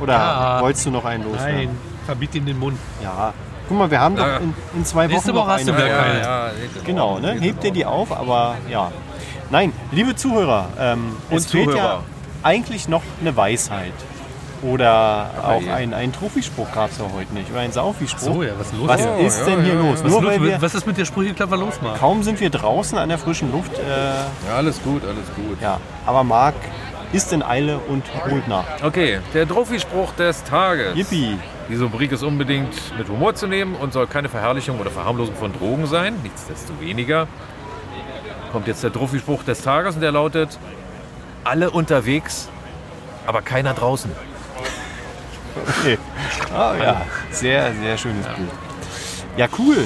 S1: Oder
S3: Ja.
S1: wolltest du noch einen loswerden?
S3: Nein, verbiet ihm den Mund.
S1: Ja. Guck mal, wir haben
S2: Ja.
S1: doch in, in zwei Wochen
S3: Nächste
S1: noch
S3: Woche hast du
S1: eine.
S3: wieder keine.
S1: Genau, ne? hebt ihr die auf, aber ja. Nein, liebe Zuhörer, ähm, uns
S2: Und
S1: fehlt ja
S2: Zuhörer.
S1: eigentlich noch eine Weisheit. Oder auch
S2: je.
S1: ein, ein Trophyspruch gab es ja heute nicht. Oder ein Saufispruch.
S3: So, ja, was ist los?
S1: Was
S3: hier?
S1: ist
S2: ja,
S1: denn hier
S2: ja,
S1: los?
S3: was,
S1: Nur
S3: ist
S1: weil wir,
S3: los? was ist mit der Sprühklapper los, Marc?
S1: kaum sind wir draußen an der frischen Luft. Äh,
S2: Ja, alles gut, alles gut.
S1: ja, aber Marc ist in Eile und holt nach.
S2: Okay, der Trophyspruch des Tages.
S1: Yippie.
S2: Diese Rubrik ist unbedingt mit Humor zu nehmen und soll keine Verherrlichung oder Verharmlosung von Drogen sein. Nichtsdestoweniger kommt jetzt der Trophyspruch des Tages und der lautet: Alle unterwegs, aber keiner draußen.
S1: Okay. Ah, ja, sehr, sehr schönes Bild. Ja, cool.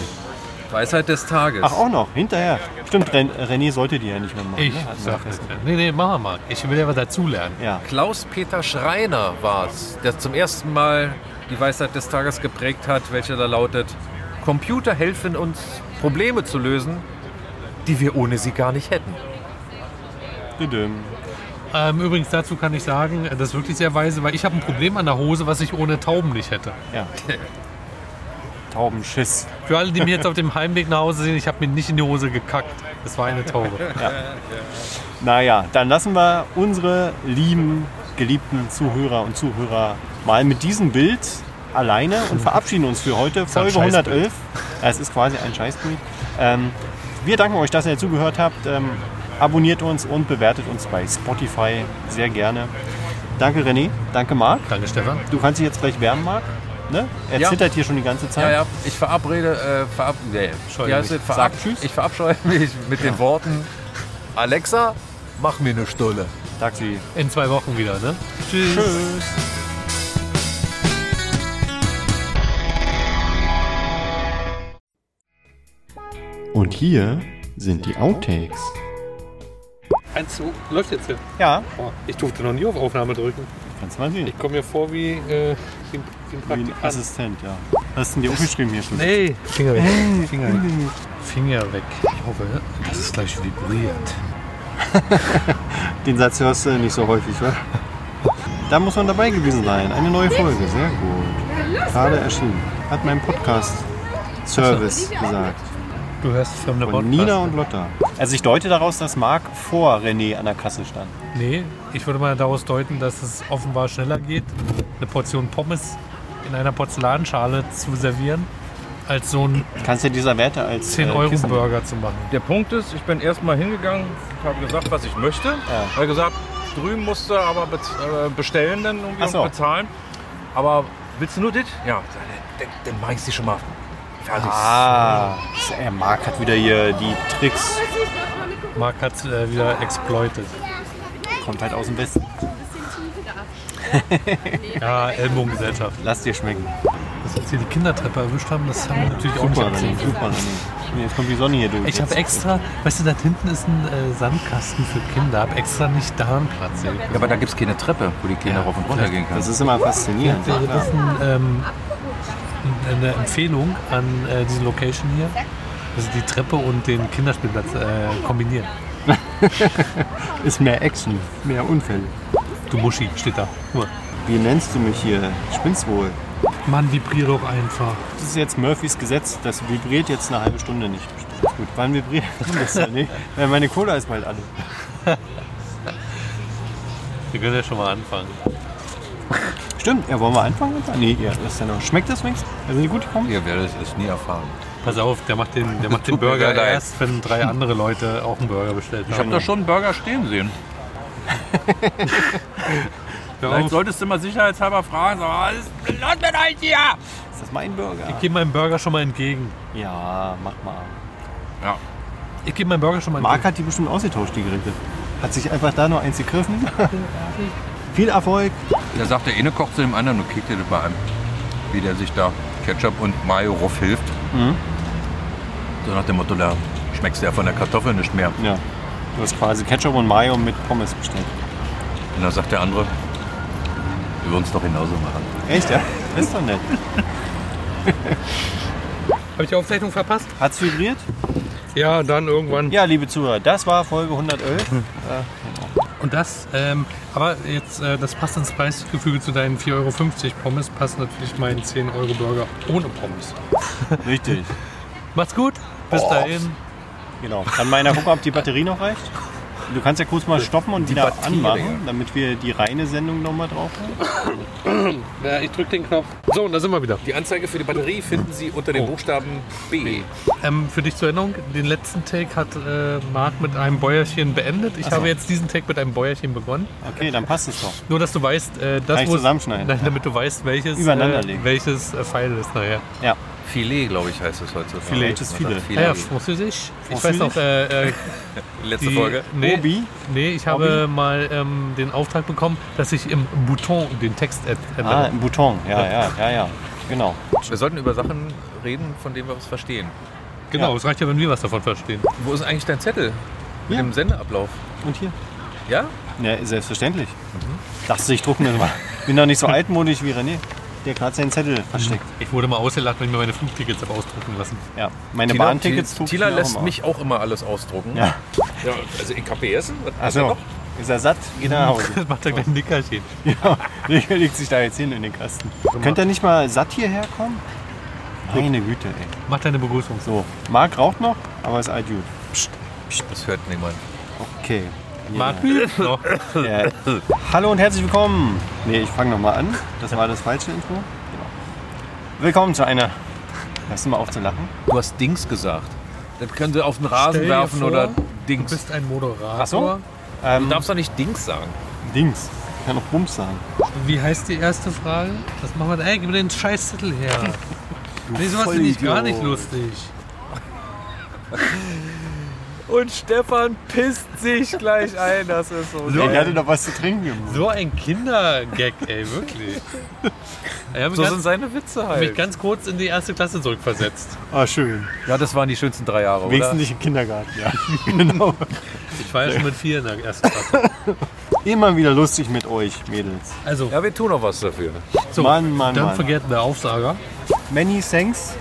S2: Weisheit des Tages.
S1: Ach, auch noch, hinterher. Stimmt, Ren René sollte die ja nicht mehr machen.
S3: Ich
S1: ne? Hatten wir
S3: sag es.
S1: vergessen.
S3: Nee, nee, mach mal. Ich will ja was dazulernen.
S1: Ja,
S2: Klaus-Peter Schreiner war es, der zum ersten Mal die Weisheit des Tages geprägt hat, welche da lautet: Computer helfen uns, Probleme zu lösen, die wir ohne sie gar nicht hätten.
S1: düdüm.
S3: Ähm, übrigens, dazu kann ich sagen, das ist wirklich sehr weise, weil ich habe ein Problem an der Hose, was ich ohne Tauben nicht hätte.
S1: Ja. Taubenschiss.
S3: Für alle, die mir jetzt auf dem Heimweg nach Hause sehen, ich habe mir nicht in die Hose gekackt. Es war eine Taube.
S1: Naja, dann lassen wir unsere lieben, geliebten Zuhörer und Zuhörer mal mit diesem Bild alleine und verabschieden uns für heute.
S3: ein
S1: Folge
S3: Scheißbild.
S1: 111. Ja, Es ist quasi ein Scheißbild. Ähm, wir danken euch, dass ihr zugehört habt. Ähm, abonniert uns und bewertet uns bei Spotify sehr gerne. Danke René, danke Marc.
S3: Danke, Stefan.
S1: Du kannst dich jetzt gleich wärmen, Marc. Ne? Er
S2: Ja.
S1: zittert hier schon die ganze Zeit.
S2: Ja, ja, ich verabrede, äh, verab nee,
S3: Scheue
S2: wie heißt
S3: mich.
S2: es? Verab
S1: Sag tschüss.
S2: Ich verabscheue mich mit den Worten, Alexa, mach mir eine Stulle.
S1: Taxi.
S3: In zwei Wochen wieder, ne?
S1: Tschüss.
S4: Und hier sind die Outtakes.
S3: Eins, zwei, läuft jetzt hier.
S1: Ja,
S3: Oh, ich durfte noch nie auf Aufnahme drücken.
S1: kannst du mal sehen.
S3: Ich komme mir vor wie, äh, wie, ein- wie ein
S1: Wie ein
S3: Praktikant.
S1: Assistent, ja. Was hast du denn dir aufgeschrieben hier schon?
S3: Nee, Finger weg. Finger weg. Finger weg. Ich hoffe, das ist gleich vibriert.
S1: Den Satz hörst du nicht so häufig, oder? Da muss man dabei gewesen sein. Eine neue Folge, sehr gut. Gerade erschienen. Hat mein Podcast-Service gesagt.
S3: Du hörst fremde
S1: Von
S3: Podcast.
S1: Nina und Lotta. Also ich deute daraus, dass Marc vor René an der Kasse stand.
S3: Nee, ich würde mal daraus deuten, dass es offenbar schneller geht, eine Portion Pommes in einer Porzellanschale zu servieren, als so einen
S1: Kannst ja dieser Werte als äh, Kissen-
S3: 10-Euro-Burger zu machen.
S2: Der Punkt ist, ich bin erstmal hingegangen, habe gesagt, was ich möchte. Weil gesagt, drüben musst du aber äh, bestellen dann
S1: Ach
S2: irgendwie
S1: so. und
S2: bezahlen. Aber willst du nur das? Ja, dann, dann mach ich sie schon mal fertig.
S1: Ah, äh, Marc hat wieder hier die Tricks.
S3: Marc hat äh, wieder exploited.
S1: Kommt halt aus dem Westen.
S3: Ja, Ellbogengesellschaft.
S1: Lass dir schmecken.
S3: Dass jetzt hier die Kindertreppe erwischt haben, das haben wir natürlich auch
S1: Super,
S3: nicht
S1: René,
S3: erzählt.
S1: super, René. Jetzt kommt die Sonne hier durch.
S3: Ich habe
S1: Jetzt-
S3: extra, weißt du, da hinten ist ein äh, Sandkasten für Kinder, habe extra nicht da einen Platz. hier.
S2: Ja, aber da gibt es keine Treppe, wo die Kinder rauf und runter gehen können.
S1: Das ist immer faszinierend.
S3: Wäre
S1: Ja.
S3: das ein, ähm, eine Empfehlung an äh, diese Location hier? Also die Treppe und den Kinderspielplatz äh, kombinieren.
S1: Ist mehr Action, mehr Unfälle.
S3: Du Muschi, steht da. Guck mal.
S1: Wie nennst du mich hier? Spinnst wohl.
S3: Mann, vibrier doch einfach.
S1: Das ist jetzt Murphys Gesetz, das vibriert jetzt eine halbe Stunde nicht. Ist gut, wann vibriert das denn nicht? Weil meine Cola ist bald alle.
S3: Wir können ja schon mal anfangen.
S1: Stimmt, ja, wollen wir anfangen jetzt? Ah, Nee, ja, das ist ja noch. Schmeckt das wenigstens? Also die gut gekommen?
S2: Ihr werdet es nie erfahren.
S3: Pass auf, der macht den, der macht den
S2: Tut mir
S3: Burger
S2: leid.
S3: erst, wenn drei andere Leute auch einen Burger bestellt
S6: Ich habe
S3: haben.
S6: da schon einen Burger stehen sehen.
S3: Hör
S6: Vielleicht
S3: auf.
S6: solltest du mal sicherheitshalber fragen, sag mal, was ist los mit euch hier?
S1: Ist das mein Burger?
S3: Ich gebe meinem Burger schon mal entgegen.
S1: Ja, mach mal.
S3: Ich gebe meinem Burger schon mal
S1: Marc
S3: entgegen.
S1: hat die bestimmt ausgetauscht, die Geräte. Hat sich einfach da nur eins gegriffen. Viel Erfolg.
S6: Da sagt der eine kocht zu dem Mhm. anderen, du kriegst dir das mal an, wie der sich da Ketchup und Mayo rauf hilft.
S2: So nach dem Motto, da schmeckst du ja von der Kartoffel nicht mehr.
S1: Ja. Du hast quasi Ketchup und Mayo mit Pommes bestellt.
S2: Und dann sagt der andere, wir würden es doch genauso machen.
S1: Echt, ja? Ist doch nett.
S3: Habe ich die Aufzeichnung verpasst?
S1: Hat's vibriert?
S3: Ja, dann irgendwann.
S1: Ja, liebe Zuhörer, das war Folge 111.
S3: Und das, ähm, aber jetzt, äh, das passt ins Preisgefüge zu deinen 4,50 Euro Pommes, passt natürlich mein 10 Euro Burger ohne Pommes.
S1: Richtig.
S3: Macht's gut, bis dahin.
S1: Genau. Kann mal einer gucken, ob die Batterie noch reicht? Du kannst ja kurz mal stoppen und wieder
S2: Batterie,
S1: anmachen, damit wir die reine Sendung nochmal drauf haben.
S3: Ja, ich drück den Knopf. So, und da sind wir wieder.
S2: Die Anzeige für die Batterie finden Sie unter den Buchstaben B.
S3: Oh. Ähm, für dich zur Erinnerung, den letzten Take hat äh, Marc mit einem Bäuerchen beendet. Ich habe jetzt diesen Take mit einem Bäuerchen begonnen.
S1: Okay, dann passt es doch.
S3: Nur, dass du weißt, äh, das
S1: Kann ich
S3: wo-
S1: zusammenschneiden?
S3: Nein, damit du weißt, welches,
S1: Übereinander
S3: äh,
S1: legen.
S3: welches äh, Pfeil ist nachher.
S2: Filet, glaube ich, heißt es heutzutage.
S1: Filet. Welches
S2: Man sagt
S3: Ja,
S2: Filet.
S6: Ah
S3: ja, Französisch. Ich weiß noch, äh, äh,
S2: Letzte
S3: die,
S2: Folge.
S3: nee,
S1: Obi?
S3: nee, ich habe mal ähm, den Auftrag bekommen, dass ich im Bouton den Text ä- ändere.
S1: Ah, ein Bouton. Ja, ja, ja, ja. Genau.
S2: Wir sollten über Sachen reden, von denen wir was verstehen.
S3: genau,
S1: ja.
S3: es reicht ja, wenn wir was davon verstehen.
S2: Wo ist eigentlich dein Zettel mit
S1: Ja.
S2: dem Sendeablauf?
S1: Und hier?
S2: Ja?
S1: Ja, selbstverständlich.
S2: Mhm.
S1: Lass dich drucken. das mal. Bin doch nicht so altmodisch wie René, der gerade seinen Zettel versteckt.
S2: Mhm.
S3: Ich wurde mal ausgelacht, wenn ich mir meine Flugtickets habe ausdrucken lassen.
S1: Ja, meine
S2: Tila-
S1: Bahntickets
S2: Tila,
S1: druckt
S2: Tila
S1: sie auch
S2: lässt
S1: immer
S2: mich auch immer alles ausdrucken.
S1: Ja.
S2: Ja, also in KPS?
S1: aus.
S2: Was
S1: Ach so. Ist er satt? Geht er nach Hause.
S2: Mhm.
S3: Das macht er gleich ein Nickerchen.
S1: Ja, der legt sich da jetzt hin in den Kasten. Könnt ihr nicht mal satt hierher kommen? Meine Güte, ey.
S3: Mach deine Begrüßung.
S1: So, Marc raucht noch, aber ist alt gut.
S2: Das hört niemand.
S1: Okay.
S3: Marc, noch.
S1: Ja. Hallo und herzlich willkommen. Nee, ich fange nochmal an. Das war das falsche Intro. Genau. Willkommen zu einer. Lass mal auf zu lachen.
S2: Du hast Dings gesagt. Das können sie auf den
S3: Stell
S2: Rasen
S3: dir
S2: werfen
S3: vor,
S2: oder
S3: Du
S2: Dings.
S3: bist ein Moderator.
S1: Ach so.
S2: du
S1: Ähm,
S2: darfst doch nicht Dings sagen.
S1: Dings. Kann auch Bums sagen.
S3: Wie heißt die erste Frage? Das machen wir. Ey, gib mir den Scheißzettel her. nee, sowas finde ich gar nicht lustig.
S6: Und Stefan pisst sich gleich ein, das ist so.
S1: Ey, der hatte doch was zu trinken im Mund.
S3: So ein Kindergag, ey, wirklich. Ich habe mich,
S2: So sind
S3: ganz,
S2: seine Witze
S3: mich
S2: halt.
S3: ganz kurz in die erste Klasse zurückversetzt.
S1: Ah, schön.
S2: Ja, das waren die schönsten drei Jahre,
S1: Wenigstens
S2: oder?
S1: nicht im Kindergarten, ja. genau.
S3: Ich war ja schon mit vier in der ersten Klasse.
S1: Immer wieder lustig mit euch, Mädels.
S3: Also,
S2: Ja, wir tun noch was dafür.
S3: so,
S1: Mann, Mann,
S3: dann
S1: Mann.
S3: vergeht der Aufsager.
S1: Many thanks.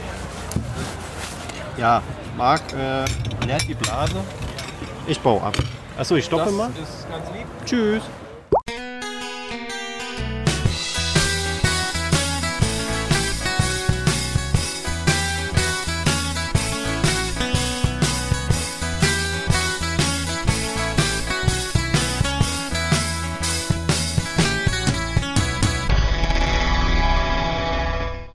S1: Ja, Marc äh, leert die Blase. Ich baue ab. Achso, ich stoppe mal.
S2: ist ganz lieb.
S1: Tschüss.